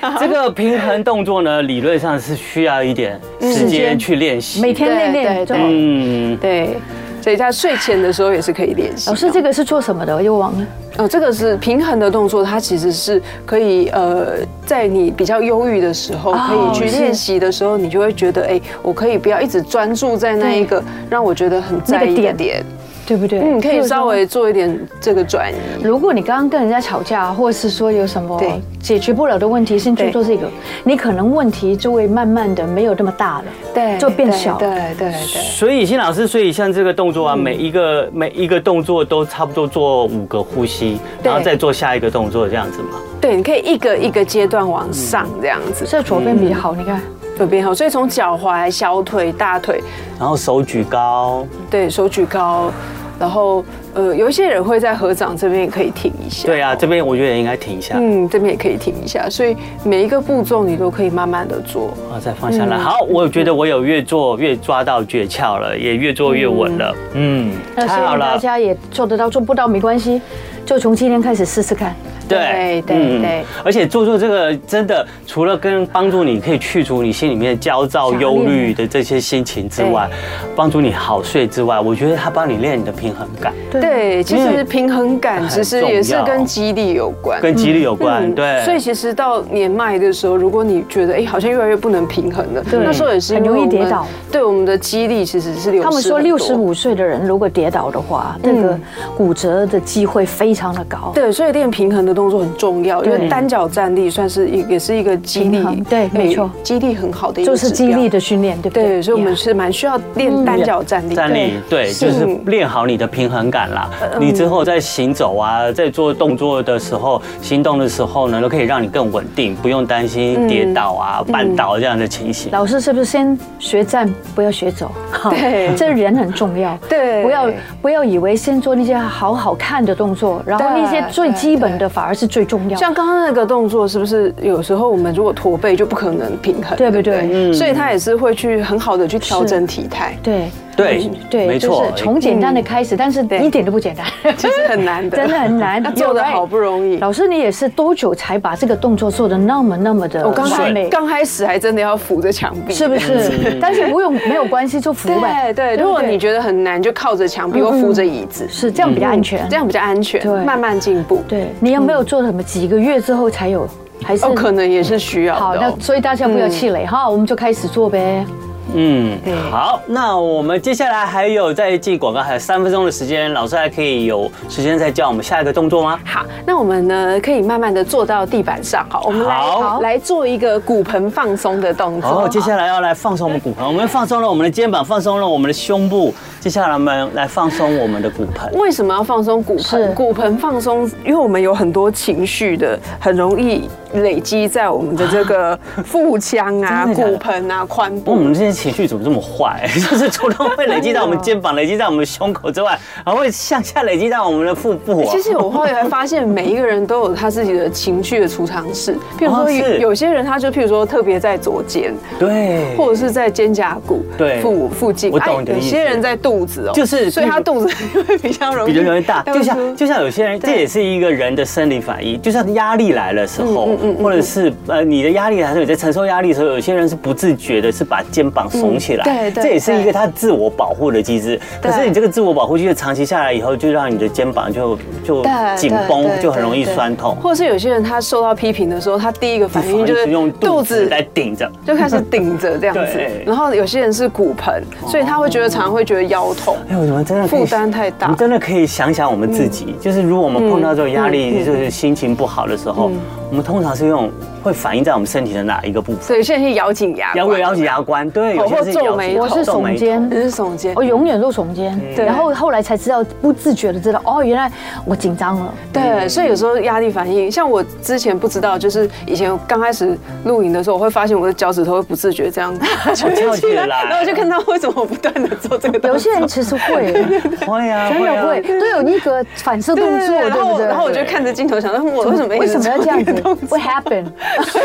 S3: 好，这个平衡动作呢，理论上是需要一点
S4: 嗯
S3: 时
S2: 时间
S3: 间去练习。
S2: 每天练练
S4: 对
S2: 就
S4: 对
S2: 好。
S3: 嗯，
S4: 对，所以在睡前的时候也是可以练习哦。
S2: 老师，这个是做什么的？我又忘了。
S4: 呃，这个是平衡的动作，它其实是可以呃，在你比较忧郁的时
S2: 哦
S4: 候，可以去
S2: 是
S4: 练习的时候，你就会觉得，哎、我可以不要一直专注在那一个让我觉得很在意
S2: 那
S4: 的
S2: 个点
S4: 点，
S2: 对不对？
S4: 嗯，可
S2: 譬
S4: 以
S2: 如说
S4: 稍微做一点这个转移。
S2: 如果你刚刚跟人家吵架，或是说有什么
S4: 对
S2: 解决不了的问题，先去
S4: 对
S2: 做这个，你可能问题就会慢慢的没有那么大了，
S4: 对
S2: 就变小
S4: 对
S2: 了。
S4: 对对
S3: 所以新老师，所以像这个动作啊，
S4: 嗯
S3: 每一个每一个动作都差不多做五个呼吸，
S4: 对
S3: 然后再做下一个动作，这样子嘛。
S4: 对，你可以一个一个阶段往上这样子，
S2: 所以左边比较好，你看，
S4: 左边好，所以从脚踝、小腿、大腿，
S3: 然后手举高，
S4: 对手举高，然后呃，有一些人会在合掌这边也可以停一下。
S3: 对啊，这边我觉得也应该停一下，
S4: 嗯，这边也可以停一下，所以每一个步骤你都可以慢慢的做。
S3: 啊，再放下来。
S4: 嗯
S3: 好，我觉得我有越做越抓到诀窍了，也越做越稳了。嗯，
S2: 那希
S3: 太好
S2: 望大
S3: 了。
S2: 家也做得到，做不到没关系，就从今天开始试试看。
S3: 对嗯
S4: 对对对，
S3: 而且做做这个真的，除了跟帮助你可以去除你心里面焦躁、
S2: 杂念
S3: 忧虑的这些心情之外，帮助你好睡之外，我觉得它帮你练你的平衡感，
S4: 对，其
S3: 因为
S4: 实平衡感其实也是
S3: 很重要
S4: 跟肌力有关。
S3: 跟肌力有关。
S4: 嗯
S3: 对，
S4: 所以其实到年迈的时候，如果你觉得哎、诶好像越来越不能平衡了，
S2: 对
S4: 那时候也是
S2: 很容易
S4: 因为我们
S2: 跌倒。
S4: 对我们的肌力其实是流失
S2: 他们说
S4: 很多嗯
S2: 六十。五岁的人如果跌倒的话，那个骨折的机会非常的高。
S4: 对，所以练平衡的动作很重要，因
S2: 对
S4: 为单脚站立算是一也是一个肌
S2: 平衡
S4: 力，
S2: 对
S4: 诶
S2: 没错
S4: 肌力很好的一个
S2: 就是
S4: 指
S2: 肌
S4: 标
S2: 力。的嗯训练，对不对？
S4: 对，所以我们
S2: Yeah
S4: 是蛮需要练单脚站立的。
S3: 站立，对，就是呃嗯练好你的平衡感啦。你之后在行走啊，在做动作的时候、行动的时候呢，都可以让你更稳定，不用担心跌倒啊、绊倒这样的情形。
S2: 老师是不是先学站，不要学走？哈
S4: 对
S2: 哦 这人很重要。
S4: 对
S2: 不要不要以为先做那些好好看的动作，然后
S4: 对
S2: 那些最
S4: 对
S2: 基本的
S4: 对
S2: 反而是最重要。
S4: 像刚刚那个动作，是不是有时候我们如果驼背就不可能平衡，
S2: 对不对
S4: 对？所以他也是会去很好的去调整体态，
S2: 对
S3: 对
S2: 对，
S3: 没
S2: 就
S3: 错
S2: 是。从简单的开始，但是
S4: 对
S2: 一点都不 简单，
S4: 其实很难 的，
S2: 真的很难
S4: 要。做的
S2: You're right
S4: 好不容易。
S2: 老师，你也是多久才把这个动作做的那么那么的
S4: 我刚
S2: 完
S4: 开
S2: 美？
S4: 刚开始还真的要扶着墙壁，
S2: 是不是？
S3: 嗯
S2: 但是不用没有关系，就扶呗。
S4: 对对，
S2: 不
S4: 如果你觉得很难，就靠着墙壁或扶着椅子，
S2: 嗯
S4: 嗯
S2: 是这样比较安全，
S4: 这样比较安全
S2: 对，
S4: 慢慢进步。
S2: 对你有没有做什么几个月之后才有？还是
S4: 哦，可能也是需要
S2: 好，
S4: 的
S2: 那
S4: 哦。
S2: 所以大家不要气馁哈，我们就开始做呗。
S3: 嗯，好，那我们接下来还有在进广告，还有三分钟的时间，老师还可以有时间再教我们下一个动作吗？
S4: 好，那我们呢可以慢慢的坐到地板上，好，我们来
S3: 好
S4: 来做一个骨盆放松的动作。
S3: 哦，接下来要来放松我们骨盆，我们放松了我们的肩膀，放松了我们的胸部，接下来我们来放松我们的骨盆。
S4: 为什么要放松骨
S2: 是
S4: 盆？骨盆放松，因为我们有很多情绪的，很容易累积在我们的这个腹腔啊、
S3: 真的假嗯的
S4: 骨盆啊、髋
S3: 我
S4: 部。
S3: 们这些情绪怎么这么坏？ 就是除了会累积到我们肩膀、累积到我们胸口之外，还会向下累积到我们的腹部、啊。
S4: 其实我后来发现，每一个人都有他自己的情绪的储藏室。譬如
S3: 哦
S4: 说，
S3: 是
S4: 有有些人他就譬如说特别在左肩，
S3: 对，
S4: 或者是在肩胛骨
S3: 对
S4: 附附近。
S3: 我懂
S4: 哎
S3: 你的
S4: 有
S3: 意思
S4: 些人在肚子哦，
S3: 就是
S4: 所以
S3: 譬
S4: 他
S3: 如
S4: 肚子 会比较容易
S3: 比较容易大，
S4: 带
S3: 就
S4: 不
S3: 像
S4: 出
S3: 就像有些人，这
S4: 对
S3: 也是一个人的生理反应，就像压力来的时
S4: 嗯
S3: 候，或者是呃你的压力来的时候，你在承受压力的时候，有些人是不自觉的，是把肩膀耸起来，
S4: 嗯对对
S3: 这也是一个他自我保护的机制。可
S4: 对
S3: 是你这个自我保护机制长期下来以后，就让你的肩膀就就
S4: 对
S3: 紧
S4: 对
S3: 绷，
S4: 对
S3: 就很容易
S4: 对对
S3: 酸痛，
S4: 或是有些人他受到批评的时候，他第一个反应就是
S3: 用肚
S4: 肚
S3: 子
S4: 子
S3: 来顶着。
S4: 就开始顶着这样子
S3: 对，
S4: 然后有些人是骨盆，所以他会觉得常常会觉得腰痛。
S3: 哎，我们真的可以
S4: 负担太大
S3: 我
S4: 嗯
S3: 们真的可以想想我们自己，就是如果我们碰到这种压力，就是心情不好的时候，我们通常是用会反映在我们身体的哪一个部分？
S4: 所以现在是咬紧牙
S3: 咬
S4: 关，
S3: 咬起牙关，对，有
S4: 哦
S3: 些是
S4: 或皱
S3: 咬
S4: 眉
S3: 紧
S4: 头
S2: 我是
S3: 皱眉
S2: 耸
S3: 头
S2: 肩
S4: 你。是耸肩
S2: 我。哦永远都耸肩，
S4: 对
S2: 然后后来才知道，不自觉的知道，哦，原来我紧张 了。
S4: 对，所以有时候压力反应，像我之前不知道，就是以前刚开始露营的时候，我会发现我的脚趾头会不自觉 这样
S3: 翘起来
S4: 然后我就看到为什么我不断的做这个动作，
S2: 有些人其实会，真
S3: 会啊，
S2: 的会， 都有一个反射动
S4: 对
S2: 作，
S4: 然
S2: 对
S4: 后
S2: 不
S4: 我
S2: 对？
S4: 然后我就看着镜头想，说我为什么一
S2: 为
S4: 直
S2: 什么要这样子
S4: 做个动作
S2: ？What happened？
S4: 脚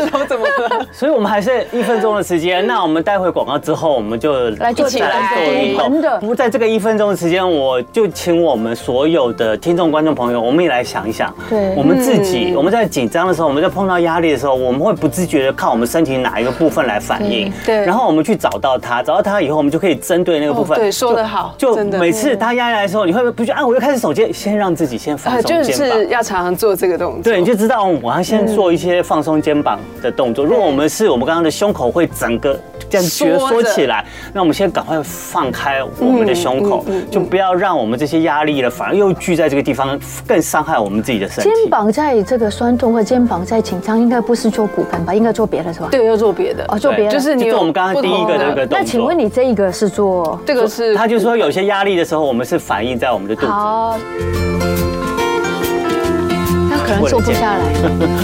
S4: 趾头怎么 了？
S3: 所以我们还剩一分钟的时 间，那我们待会广告之后，我们就
S2: 来做
S3: 一
S2: 起
S3: 起
S2: 来
S3: 做运动
S2: 真的
S3: 不过在这个一分钟的时间，我就请我们所有的听众、观众朋友，我们也来想一想，
S2: 对
S3: 我们自
S4: 嗯
S3: 己，我们在紧张的时候，我们在碰到压力的时候，我们会不自觉的看我们身体哪一个部分来反应，
S4: 对对
S3: 然后我们去找到它，找到它以后，我们就可以针对那个部分。
S4: 哦对说得好
S3: 就就
S4: 真的
S3: 每次它压力来的时候，你会不觉得啊，我又开始手肩，先让自己先放
S4: 啊，
S3: 松
S4: 就
S3: 肩膀
S4: 是。要常常做这个动作。
S3: 对，你就知道我要先做一些放松肩膀的动作。如果我们是我们刚刚的胸口会整个这样
S4: 缩
S3: 蜷
S4: 着
S3: 缩起来，那我们先赶快放开我们的胸口，就不要让我们这些压力了，反而又聚在这个地方，更伤害我们自己的身体。
S2: 肩膀在这个酸痛或肩膀在紧张，应该不是做骨盆吧？应该做别的是吧？
S4: 对，要做别的
S2: 哦，做别的。
S4: 就
S3: 就是
S4: 你有
S3: 做我们刚刚第一个
S4: 不同
S3: 那
S4: 的
S3: 个动作。
S2: 那请问你这一个是做？
S4: 这个是
S3: 他就说有些压力的时候，我们是反映在我们的肚子。
S2: 好， 那可能瘦不下来。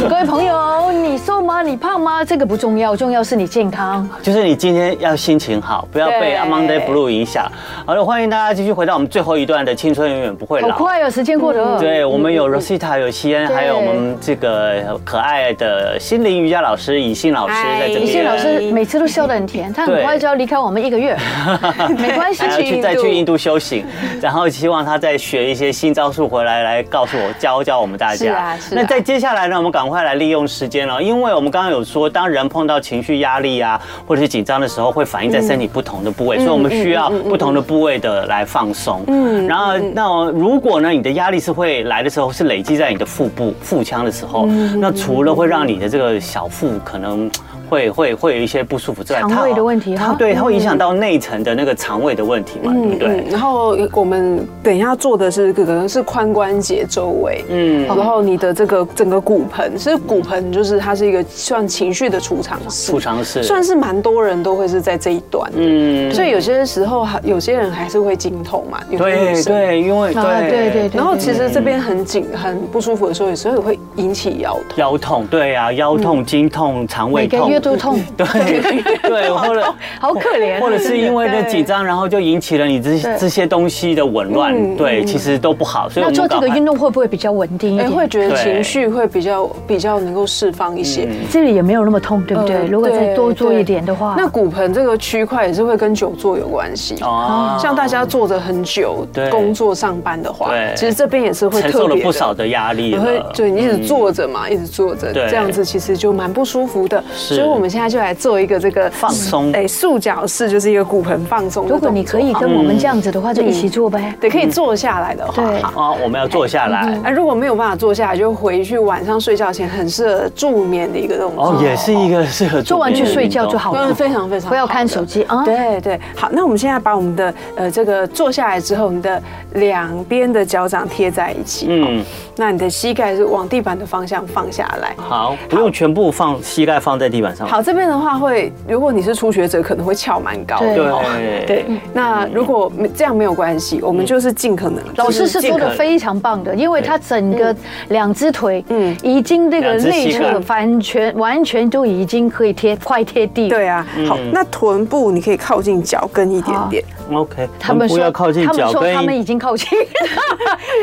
S2: 各位朋友，你
S5: 你瘦吗？你胖吗？这个不重要，重要是你健康。
S3: 就是你今天要心情好，不要被
S5: 对
S3: Monday Blue 影响。好了，欢迎大家继续回到我们最后一段的青春永远不会
S5: 好
S3: 老。嗯
S5: 快
S2: 啊
S5: 哦，时间过得。
S3: 对，我们有 Rosita，有西恩，
S5: 对
S3: 还有我们这个可爱的心灵瑜伽老师以欣老师在这边。
S2: 李哎信老师每次都笑得很甜，他很
S3: 对
S2: 快就要离开我们一个 月， 没关系
S3: 还，要去再去印度修行，然后希望他再学一些新招数回来，来告诉我教教我们大家。
S2: 是啊是啊
S3: 那在接下来呢，我们赶快来利用时间了，因为我们刚刚有说，当人碰到情绪压力啊，或者是紧张的时候，会反映在身体不同的部
S2: 嗯
S3: 位，所以我们需要不同的部位的来放松。嗯，然后那如果呢，你的压力是会来的时候是累积在你的腹部、腹腔的时
S2: 嗯
S3: 候，那除了会让你的这个小腹可能。会会会有一些不舒服之外，
S2: 肠
S3: 它
S2: 胃的问题
S3: 它
S2: 哈
S3: 对，它会影响到内层的那个肠胃的问题嘛，
S4: 嗯
S3: 对不对？
S4: 然后我们等一下做的是可能是髋关节周围，
S3: 嗯，
S4: 然后你的这个整个骨盆，其实骨盆就是它是一个算情绪的储藏室
S3: 储，藏室
S4: 算是蛮多人都会是在这一段，
S3: 嗯，
S4: 所以有些时候还有些人还是会经痛嘛，有些女
S3: 对
S4: 生。
S3: 对，因为
S2: 啊
S3: 对
S2: 对对对
S4: 然后其实这边很紧、很不舒服的时候，有时候也会引起腰痛。
S3: 腰痛，对啊，腰痛、经痛、肠胃
S2: 每个
S3: 痛，
S2: 月都痛。
S3: 对对，或者
S5: 好可怜啊
S3: 或者是因为呢
S4: 对
S3: 紧张，然后就引起了你这这些东西的紊乱，
S4: 嗯
S3: 对，其实都不好，所以
S2: 那
S3: 我
S2: 做
S3: 们
S2: 这
S3: 搞
S2: 个运动会不会比较稳定一
S3: 嗯
S4: 哎，
S2: 点？
S4: 会觉得
S3: 对
S4: 情绪会比较比较能够释放一
S3: 嗯
S4: 些。
S5: 这里也没有那么痛，对不嗯对？
S4: 呃
S5: 如果再
S4: 对
S5: 多做
S4: 对
S5: 一点的话，
S4: 那骨盆这个区块也是会跟久坐有关系。
S3: 哦
S4: 像大家坐着很久
S3: 对，
S4: 工作上班的话
S3: 对，
S4: 其实这边也是会
S3: 承
S4: 特
S3: 受了
S4: 别
S3: 不少的压力
S4: 也会
S3: 了，
S4: 对你一直
S3: 嗯
S4: 坐着嘛，一直坐着，
S3: 对
S4: 这样子其实就蛮不舒服的。
S3: 是
S4: 所以我们现在就来做一个这个放
S3: 松
S4: 哎，束脚式就是一个骨盆放松的
S2: 如
S4: 动作。
S2: 果你可以跟我
S3: 嗯
S2: 们这样子的话，就一起做呗。
S4: 对可以坐下来的话，
S2: 对
S4: 好。
S3: 哦，我们要坐下来，
S4: 啊，如果没有办法坐下来，就回去晚上睡觉前很适合助眠的一个动作。
S3: 哦，也是一个适合
S5: 做完去睡觉就好
S4: 嗯，
S5: 了，
S4: 非常非常好的
S2: 不要看手。机啊。
S4: 对对，好，那我们现在把我们的呃这个坐下来之后，我们的两边的脚掌贴在一起，嗯，
S3: 嗯，
S4: 那你的膝盖是往地板的方向放下来。
S3: 好，不用全部放膝盖放在地板上，
S4: 好，这边的话会，如果你是初学者，可能会翘蛮高的哦。
S3: 对
S4: 对，
S2: 嗯
S4: 那如果没这样没有关系，我们就是尽可能
S2: 老师是说
S3: 尽可
S2: 的
S3: 能
S2: 非常棒的，因为他整个两只腿，嗯
S4: 嗯，
S2: 已经这个
S3: 两只
S2: 内
S3: 膝
S2: 侧
S3: 盖
S2: 完全完全都已经可以贴快贴地了。
S4: 对啊。好，
S3: 嗯
S4: 那臀部你可以靠近脚跟一点点，
S3: ，OK，
S2: 他们
S3: 不
S2: 说
S3: 要靠近
S2: 他们
S3: 脚
S2: 说他们
S3: 跟，
S2: 已经靠近，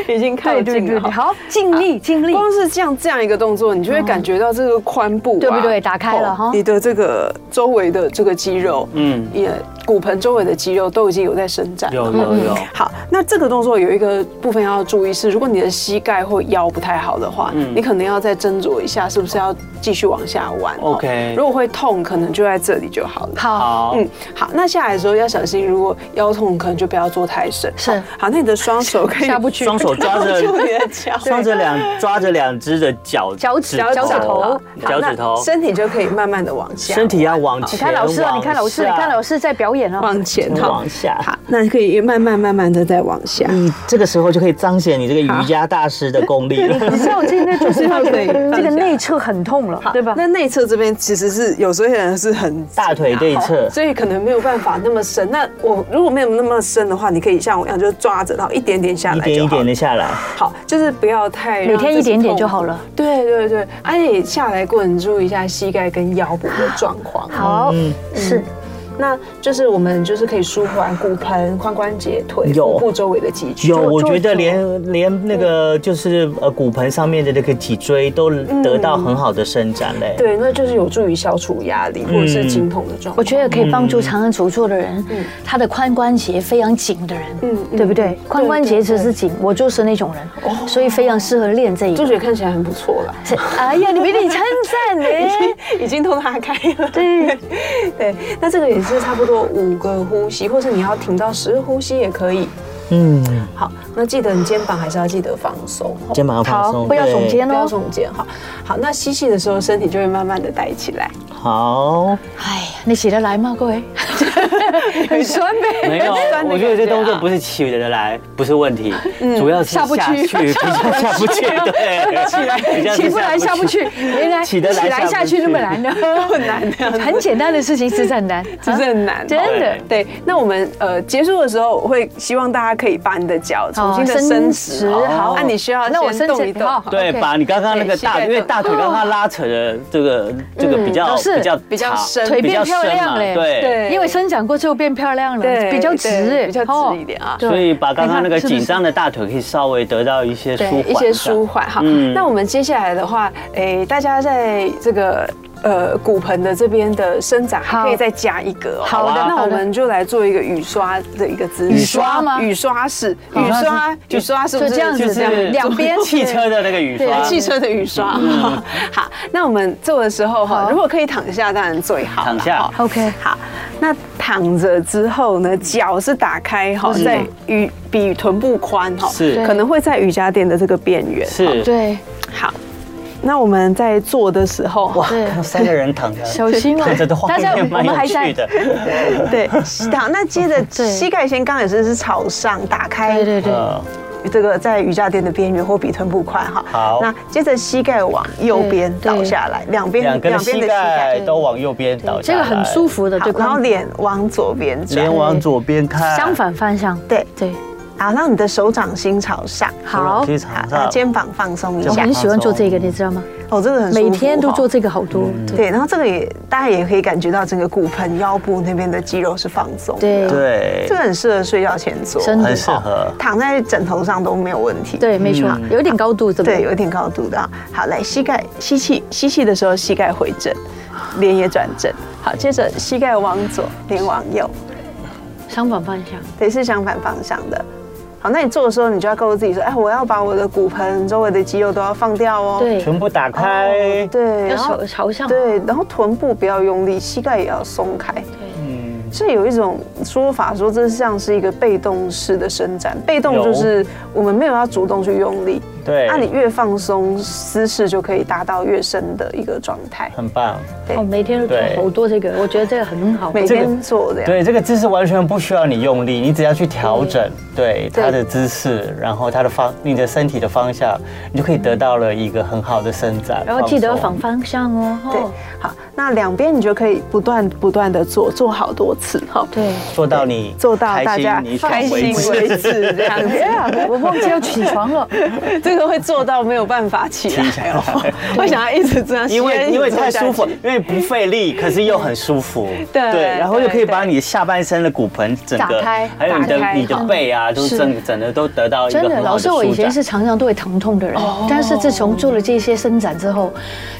S4: 已经
S2: 对对对，对好，尽力尽力。
S4: 光是这样这样一个动作，你就会感觉到这个髋部、啊
S2: 嗯对不对打开了哈
S4: 哦你的这个周围的这个肌肉，
S3: 嗯
S4: 嗯，也骨盆周围的肌肉都已经有在伸展。
S3: 有
S2: 嗯
S3: 有有。
S4: 好，那这个动作有一个部分要注意是，如果你的膝盖或腰不太好的话，
S3: 嗯
S4: 你可能要再斟酌一下，是不是要继续往下弯哦。
S3: OK
S4: 如果会痛，可能就在这里就好了。
S2: 好，
S3: 好，
S4: 嗯，好，那下来的时候要小心，如果腰痛，可能就不要做太深。
S2: 是
S4: 好，那你的双手可以
S2: 下不去，
S3: 双手 抓
S4: 抱
S3: 着
S4: 住你的脚，
S3: 双着两抓着两只的脚
S2: 脚趾
S3: 趾
S2: 脚趾头
S3: 好脚趾头
S4: 好，那身体就可以慢慢的往下，
S3: 身体要往前，
S2: 你看老师啊，
S3: 往
S2: 你看老师，你
S3: 下
S2: 看老师在表演啊。
S4: 往前哈
S3: 嗯往。下。嗯
S4: 好，那可以慢慢慢慢的再往下。
S3: 你这个时候就可以彰显你这个瑜伽大师的功力了。
S2: 你知道这那就是他的
S4: 对放下
S2: 这个内侧很痛了，对吧？
S4: 那内侧这边其实是有些人是很
S3: 大 腿内侧
S4: 所以可能没有办法那么深。那我如果没有那么深的话，你可以像我一样，就抓着，然后一点点下
S3: 一
S4: 来
S3: 点
S4: 就
S3: 一
S4: 好
S3: 点。的下来，
S4: 好，就是不要太
S2: 每天一点点就好
S4: 了。
S2: 了。
S4: 对对对，而且下来过程注意一下膝盖跟腰部的状况。
S2: 好，
S3: 嗯
S2: 是
S4: 那就是我们就是可以舒缓骨盆、髋关节、腿、
S3: 有
S4: 腹部周围的肌群。
S3: 有，
S2: 做
S3: 我
S2: 做
S3: 觉得
S2: 做
S3: 连连那个就是呃骨盆上面的那个脊椎都得到很好的伸展嘞。
S4: 对，那就是有助于消除压力或者
S3: 嗯
S4: 是经痛的状况。
S2: 我觉得可以帮
S4: 嗯
S2: 助常常久坐的人，他的髋关节非常紧的人，
S4: 嗯嗯
S2: 对不对？髋关节只是紧，我就是那种人，
S4: 哦
S2: 所以非常适合练这一
S4: 朱
S2: 个。
S4: 姐看起来很不错啦，
S2: 这哎呀，你没你称赞 呢。
S4: 已经都拉开了。
S2: 对
S4: 对，那这个也是差不多五个呼吸，或是你要停到十个呼吸也可以。
S3: 嗯，
S4: 好，那记得你肩膀还是要记得放松，
S3: 肩膀要放
S2: 好，
S3: 松，
S2: 不要
S3: 对
S2: 耸。肩
S4: 不要
S2: 哦。
S4: 耸肩。好，好，那吸气的时候身体就会慢慢的带起来。
S2: 啊
S3: 好，
S2: 哎呀，你起得来吗，各位？
S4: 很酸呗
S3: 没有，我觉得这动作不是起得来，不是问题，主要是下不去，比较下不去，对，起来
S5: 起不来下不去，原来
S3: 起得来下不
S5: 下去
S3: 去
S5: 那么难的，
S4: 很难的，
S5: 很简单的 事情，是很难，
S2: 啊
S4: 只是很难。
S5: 真的
S3: 对
S4: 对，那我们呃结束的时候，我会希望大家可以把你的脚重
S2: 哦
S4: 新的伸直。
S2: 伸直好
S4: 那你需要
S2: 那我
S4: 先
S2: 伸
S4: 动一
S2: 直
S4: 动。
S2: 好
S3: 对，
S2: OK
S3: 把你刚刚那个大，
S4: 对膝盖
S3: 因为大腿刚刚拉扯的这个这个比较
S2: 嗯是
S3: 比较
S4: 比较
S3: 长
S4: 深
S5: 腿
S3: 比
S5: 变
S3: 较
S5: 漂
S3: 深
S5: 亮
S3: 嘛，
S5: 嘞，
S3: 对。
S4: 对
S5: 因为生长过之后变漂亮了，
S4: 对
S5: 比较直
S4: 对
S5: 哎，
S4: 比较
S5: 哦
S4: 直一点啊。
S5: 对
S3: 所以把
S2: 哎
S3: 刚刚那个
S5: 你看是不是
S3: 紧张的大腿可以稍微得到一些舒缓，
S4: 一些舒。缓哈。
S3: 嗯
S4: 那我们接下来的话，诶，大家在这个。呃，骨盆的这边的伸展还
S5: 好
S4: 可以再加一个哦。
S5: 好啊
S3: 的
S4: 那
S5: 好
S4: 我
S5: 的
S4: 们就来做一个雨刷的一个姿势。
S5: 雨刷吗
S4: 雨刷式，
S3: 好
S4: 雨刷，
S3: 就
S4: 雨刷是不是
S5: 就这样子
S4: 就
S3: 就
S4: 这
S3: 是
S4: 样？
S5: 两边啊
S3: 汽车的那个雨刷，
S5: 对
S4: 汽车的雨刷。
S3: 嗯
S4: 好，那我们做的时候哈，
S5: 好
S4: 如果可以躺下，当然最好啦。
S3: 躺下
S4: 哈
S5: OK
S4: 好，那躺着之后呢，脚是打开哈，
S5: 嗯
S4: 在与比臀部宽哈，
S3: 是
S4: 可能会在瑜伽垫的这个边缘。
S3: 是
S2: 对，
S4: 好，那我们在做的时候，
S3: 哇，
S2: 对
S3: 看到三个人躺着，
S5: 小心哦
S3: 躺着的画
S5: 大家
S3: 面蛮
S5: 我们还
S3: 有趣的。
S4: 对，好，那接着
S2: 对
S4: 膝盖先刚也是是朝上打开
S2: 对，对对，
S3: 呃，
S4: 这个在瑜伽垫的边缘或比臀部宽哈。
S3: 好
S4: 那接着膝盖往右边
S2: 对
S4: 倒下来，两边
S3: 两个的膝盖都往右边倒
S2: 这
S3: 下来，
S2: 个很舒，服的，
S4: 好
S2: 对，，
S4: 然后脸往左边转
S3: 脸，往左边看，
S2: 相反方向，
S4: 对，
S2: 对，
S4: 好，让你的手掌心朝上，
S2: 好，
S3: 非
S4: 好
S3: 常，
S4: 那肩膀放松一
S2: 我
S4: 下
S3: 肩，
S2: 很喜欢做这个，你知道吗？
S4: 哦，这个很舒
S2: 每
S4: 服
S2: 天都
S4: 哈
S2: 做这个好多，
S3: 嗯
S2: 对
S4: 对，然后这个也大家也可以感觉到整个骨盆、腰部那边的肌肉是放松的，
S2: 对
S3: 对
S4: 这，个很适合睡觉前做，
S2: 真的
S3: 很适合。
S4: 躺在枕头上都没有问题。
S2: 对，没错，
S3: 嗯
S2: 有一点高度，这个
S4: 对，有一点高度的啊。好，来膝盖吸气，吸气的时候膝盖回正，脸也转正。好，接着膝盖往左，脸往右，
S2: 相反方向，
S4: 对，是相反方向的。好，那你做的时候，你就要告诉自己说，哎，我要把我的骨盆周围的肌肉都要放掉哦。
S2: 对，
S3: 全部打开，
S4: 对，
S2: 要
S4: 然后
S2: 朝朝向，
S4: 对，然后臀部不要用力，膝盖也要松开。
S3: 嗯，
S4: 这有一种说法说这像是一个被动式的伸展，被动
S3: 有
S4: 就是我们没有要主动去用力，
S3: 对，
S4: 那你越放松，姿势就可以达到越深的一个状态。
S3: 很棒。
S2: 哦，每天都做
S3: 对
S2: 好多这个，我觉得这个很好，
S4: 每天做这样，
S3: 对，这个姿势完全不需要你用力，你只要去调整对它的姿势，然后它的方，你的身体的方向，你就可以得到了一个很好的伸展。
S2: 然后记得
S3: 放
S2: 反
S3: 松
S2: 方向哦，
S4: 对
S2: 哦，
S4: 好，那两边你就可以不断不断的做，做好多次哈，
S2: 对，
S3: 做到你
S4: 做到大家
S3: 开心你爽
S4: 开心
S3: 为
S4: 为
S3: 止。
S4: 止这样子。
S5: 我忘记要起床了，
S4: 这个会做到没有办法起来 哦，会想要一直这样，
S3: 因 为
S4: 吸烟一直
S3: 因为太
S4: 做下去
S3: 舒服，因为不费力，可是又很舒服。
S4: 对
S3: 然后又可以
S4: 对
S3: 把你下半身的骨盆整
S2: 打
S3: 个
S2: 开，
S3: 还有你
S4: 打
S3: 的
S4: 开
S3: 你的背啊，都
S2: 是
S3: 整整个都得到一个
S2: 真的，
S3: 很好
S2: 老
S3: 的舒
S2: 师，
S3: 展。
S2: 我以前是常常都会疼痛的人，但是自从做了这些伸展之后，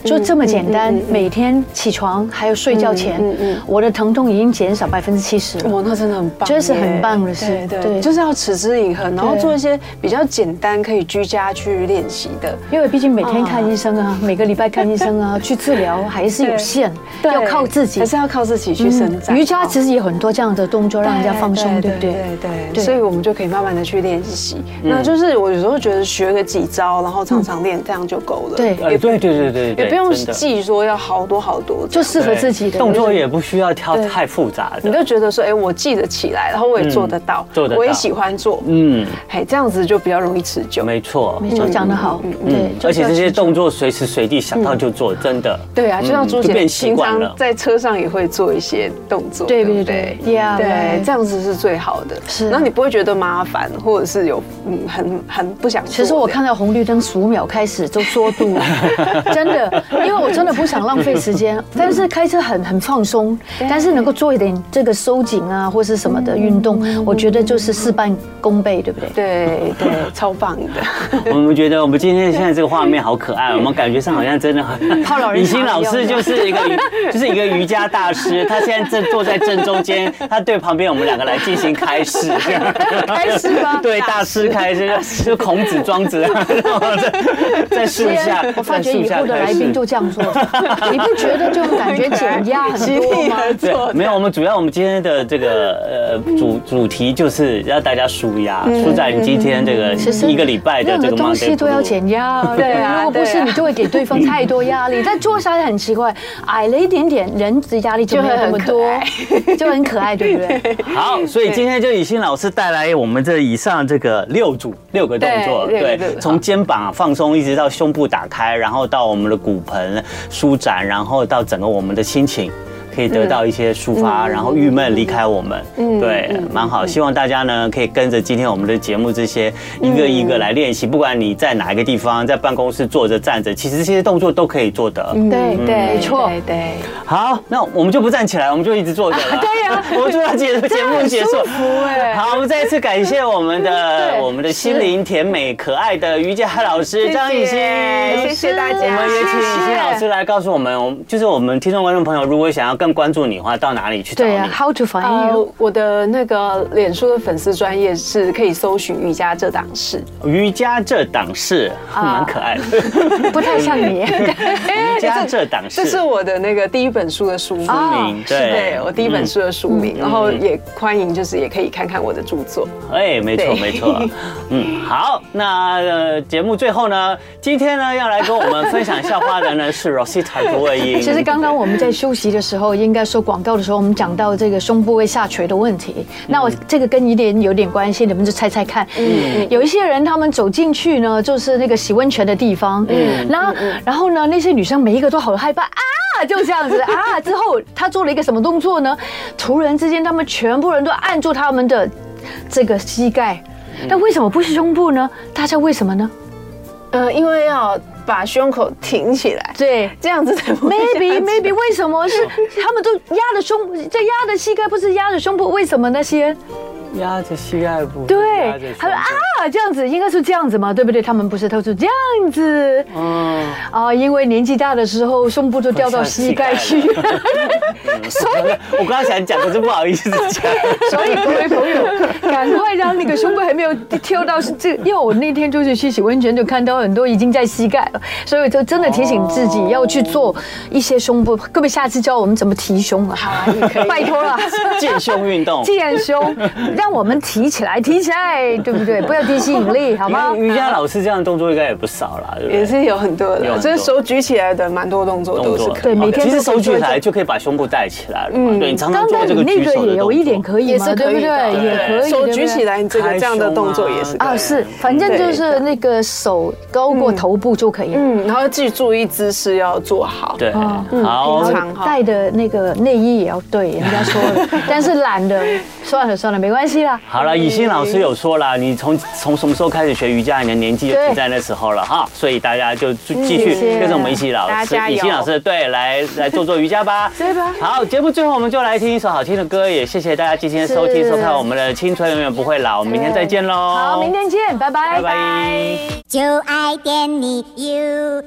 S2: 就这么简单，每天起床还有睡觉前，我的疼痛已经减少百分之七十了。
S4: 哇，那真的很棒耶，
S2: 真是很棒的事
S4: 对对，
S2: 对
S4: 就是要持之以恒，然后
S2: 对
S4: 做一些比较简单可以居家去练习的。
S2: 因为毕竟每天看医生啊，每个礼拜看医生啊，去治疗还是有限，
S4: 对
S2: 要靠自己
S4: 还。是要靠自己去伸展。
S2: 嗯瑜伽
S4: 哦
S2: 其实也有很多这样的动作让人家放松，对不对？
S4: 对对
S2: 对嗯
S4: 所以我们就可以慢慢的去练习。那就是我有时候觉得学个几招，然后常常练，这样就够了。
S2: 对
S3: 呃，对对对对对，
S4: 也不用
S3: 真的
S4: 记说要好多好多，
S2: 就适合
S3: 对
S2: 自己的
S3: 动作，也不需要挑太复杂
S4: 你
S3: 的。
S4: 就觉得说，哎，我记得起来，然后我也做得到，
S3: 嗯做得到
S4: 我也喜欢做，
S3: 嗯，
S4: 哎，这样子就比较容易持久。
S3: 没错，嗯
S2: 没错，讲得好。对，
S3: 而且这些动作随时随地想到就做，真的。
S4: 对啊，就像
S3: 嗯
S4: 朱
S3: 就
S4: 姐
S3: 变习
S4: 平
S3: 惯
S4: 常
S3: 了。
S4: 在车上也会做一些动作，
S2: 对
S4: 不
S2: 对对，Yeah，
S4: 对，
S2: right
S4: 这样子是最好的。
S2: 是
S4: 然后你不会觉得麻烦，或者是有嗯很很不想做这
S2: 其
S4: 样。
S2: 实我看到红绿灯十五秒开始就缩肚 了，真的，因为我真的不想浪费时间。但是开车很很放松，但是能够做一点这个收紧啊或是什么的运动，
S3: 嗯
S2: 我觉得就是事半功倍，对不对？
S4: 对对， 超棒的。
S3: 我们觉得我们今天现在这个画面好 可爱，我们感觉上好像真的很。
S2: 泡老人
S3: 李
S2: 茶
S3: 欣老师
S2: 一样
S3: 就
S2: 的
S3: 是一个瑜 就是一个瑜伽大师，他现在正坐在正中间， 他对旁边我们两个来进行开示。
S2: 开始吧
S3: 对，大师开示就是孔子、庄 子，然后在在树下，
S2: 我发觉
S3: 在树
S2: 以
S3: 下
S2: 后的
S3: 开
S2: 来
S3: 示
S2: 宾就这样 做，你不觉得这种感觉减压 很多吗？
S3: 对，没有，我们主要我们今天的这个呃主主题就是让大家舒压，
S2: 嗯
S3: 舒展你今天这个
S2: 其实
S3: 一个礼拜的
S2: 任
S3: 这
S2: 何
S3: 个
S2: 东
S3: Monday
S2: 西都要
S3: Blue
S2: 减压啊，
S4: 对啊
S2: 如果不
S4: 对
S2: 是
S4: 啊
S2: 你就会给对方太多压力。但坐下来很奇怪，矮了一点点，人的压力就没有那么多，就很可爱，对不对？
S3: 好，所以今天就以欣老师带来我们这以上这个六组六个动作，
S4: 对六个动作
S3: 从肩膀放松一直到胸部打开，然后到我们的骨盆舒展，然后到整个我们的心情。可以得到一些抒
S4: 嗯
S3: 发，然后郁闷离开我们。对，蛮好。希望大家呢可以跟着今天我们的节目这些一个一个来练习，不管你在哪一个地方，在办公室坐着站着，其实这些动作都可以做得。
S2: 对对，没错。
S5: 对对，
S3: 好，那我们就不站起来，我们就一直坐着了。对呀， 我们就要节节目结束。好，我们再一次感谢我们的呃我们的心灵甜美可爱的瑜伽老师张艺兴，
S4: 谢谢大
S3: 我们
S4: 家，
S3: 也请雨欣老师来告诉我们，我们就是我们听众观众朋友，如果想要更关注你的话，到哪里去找
S2: 对
S3: 你？
S2: 啊，How to find
S4: 呃
S2: you？，
S4: 我的那个脸书的粉丝专业是可以搜寻瑜伽这档事，
S3: 瑜伽这档事蛮可爱的，
S2: 不太像你。
S3: 瑜伽这 档事
S4: 这是我的那个第一本书的书名，啊
S3: 名对
S4: 对我第一本书的书名，然后也欢迎就是也可以看看我的著作。
S3: 哎，没错
S4: 对
S3: 没 错，嗯，好，那呃节目最后呢，今天呢要来跟我们分享笑话的呢是 Rosita 罗 英，
S2: 其实刚刚我们在休息的时候，应该说广告的时候，我们讲到这个胸部位下垂的问题。那我这个跟一点有点关系，你们就猜猜看。嗯，有一些人他们走进去呢，就是那个洗温泉的地方，嗯，那然后呢，那些女生每一个都好害怕啊，就这样子啊。之后她做了一个什么动作呢？突然之间，他们全部人都按住他们的这个膝盖。那为什么不是胸部呢？大家为什么呢？
S4: 呃，因为要把胸口挺起来，
S2: 对，
S4: 这样子才不会
S2: Maybe
S4: 下垂
S2: maybe 为什么是他们都压着胸，这压着膝盖，不是压着胸部？为什么那些？
S3: 压着膝盖部，压
S2: 对
S3: 着胸，
S2: 他说
S3: 部，
S2: 啊，这样子应该是这样子嘛，对不对？他们不是，他说这样子
S3: 嗯，
S2: 啊，因为年纪大的时候胸部就掉到膝盖去，
S3: 掉 所以我刚刚想讲，可是不好意思讲，
S2: 所以各位朋友，赶快让那个胸部还没有跳到是这，因为我那天就是去洗温泉，就看到很多已经在膝盖了，所以我就真的提醒自己要去做一些胸部，各位下次教我们怎么提胸啊，拜托了。
S3: 健胸运动，
S2: 健胸，让我们提起来，提起来，对不对？不要提吸引力，好吗？
S3: 瑜伽老师这样的动作应该也不少啦，对不对？
S4: 也是有很多
S3: 有
S4: 的，
S3: 很
S4: 就是
S3: 多
S4: 手举起来的蛮多动作
S3: 动
S4: 都是
S3: 作，
S4: 可以。
S2: 对每天
S3: 其
S2: 都
S3: 实
S2: 可以
S3: 手举
S2: 做一
S3: 起来
S2: 个
S3: 就可以把胸部带起来了嘛。对你常常
S2: 刚
S3: 做
S2: 刚
S3: 这
S2: 你
S3: 个举
S2: 那个
S3: 手的
S2: 也有一点
S3: 动
S2: 可
S3: 作。
S2: 以
S4: 也
S2: 嘛，
S4: 是
S2: 对
S4: 可
S2: 不
S4: 以的，
S2: 对？也可以，
S4: 手
S2: 对不
S4: 举
S2: 对
S4: 起。来，你这个这样的动作也是可以
S2: 啊，
S4: 的
S2: 是，反正就是那个手高过
S4: 嗯
S2: 头部就可以了。
S4: 嗯，然后记注意姿势要做好。
S3: 对，
S2: 嗯
S3: 哦好
S4: 平，常
S2: 然后带的那个内衣也要对，人家说 了，但是懒的，算了算了，没关系啦。
S3: 好了，以欣老师有说了，你从从什么时候开始学瑜伽，你的年纪就
S2: 对
S3: 停在那时候了哈，所以大家就继续
S2: 谢谢
S3: 跟着我们一起老
S4: 大
S3: 师
S4: 家加油
S3: 以欣老师对来来做做瑜伽吧，
S2: 对吧
S3: 好，节目最后我们就来听一首好听的歌，也谢谢大家今天收听
S2: 是
S3: 收看我们的《青春永远不会老》，我们明天再见喽，
S2: 好，明天见，拜拜，
S3: 拜拜。
S6: 就爱点你 UFO。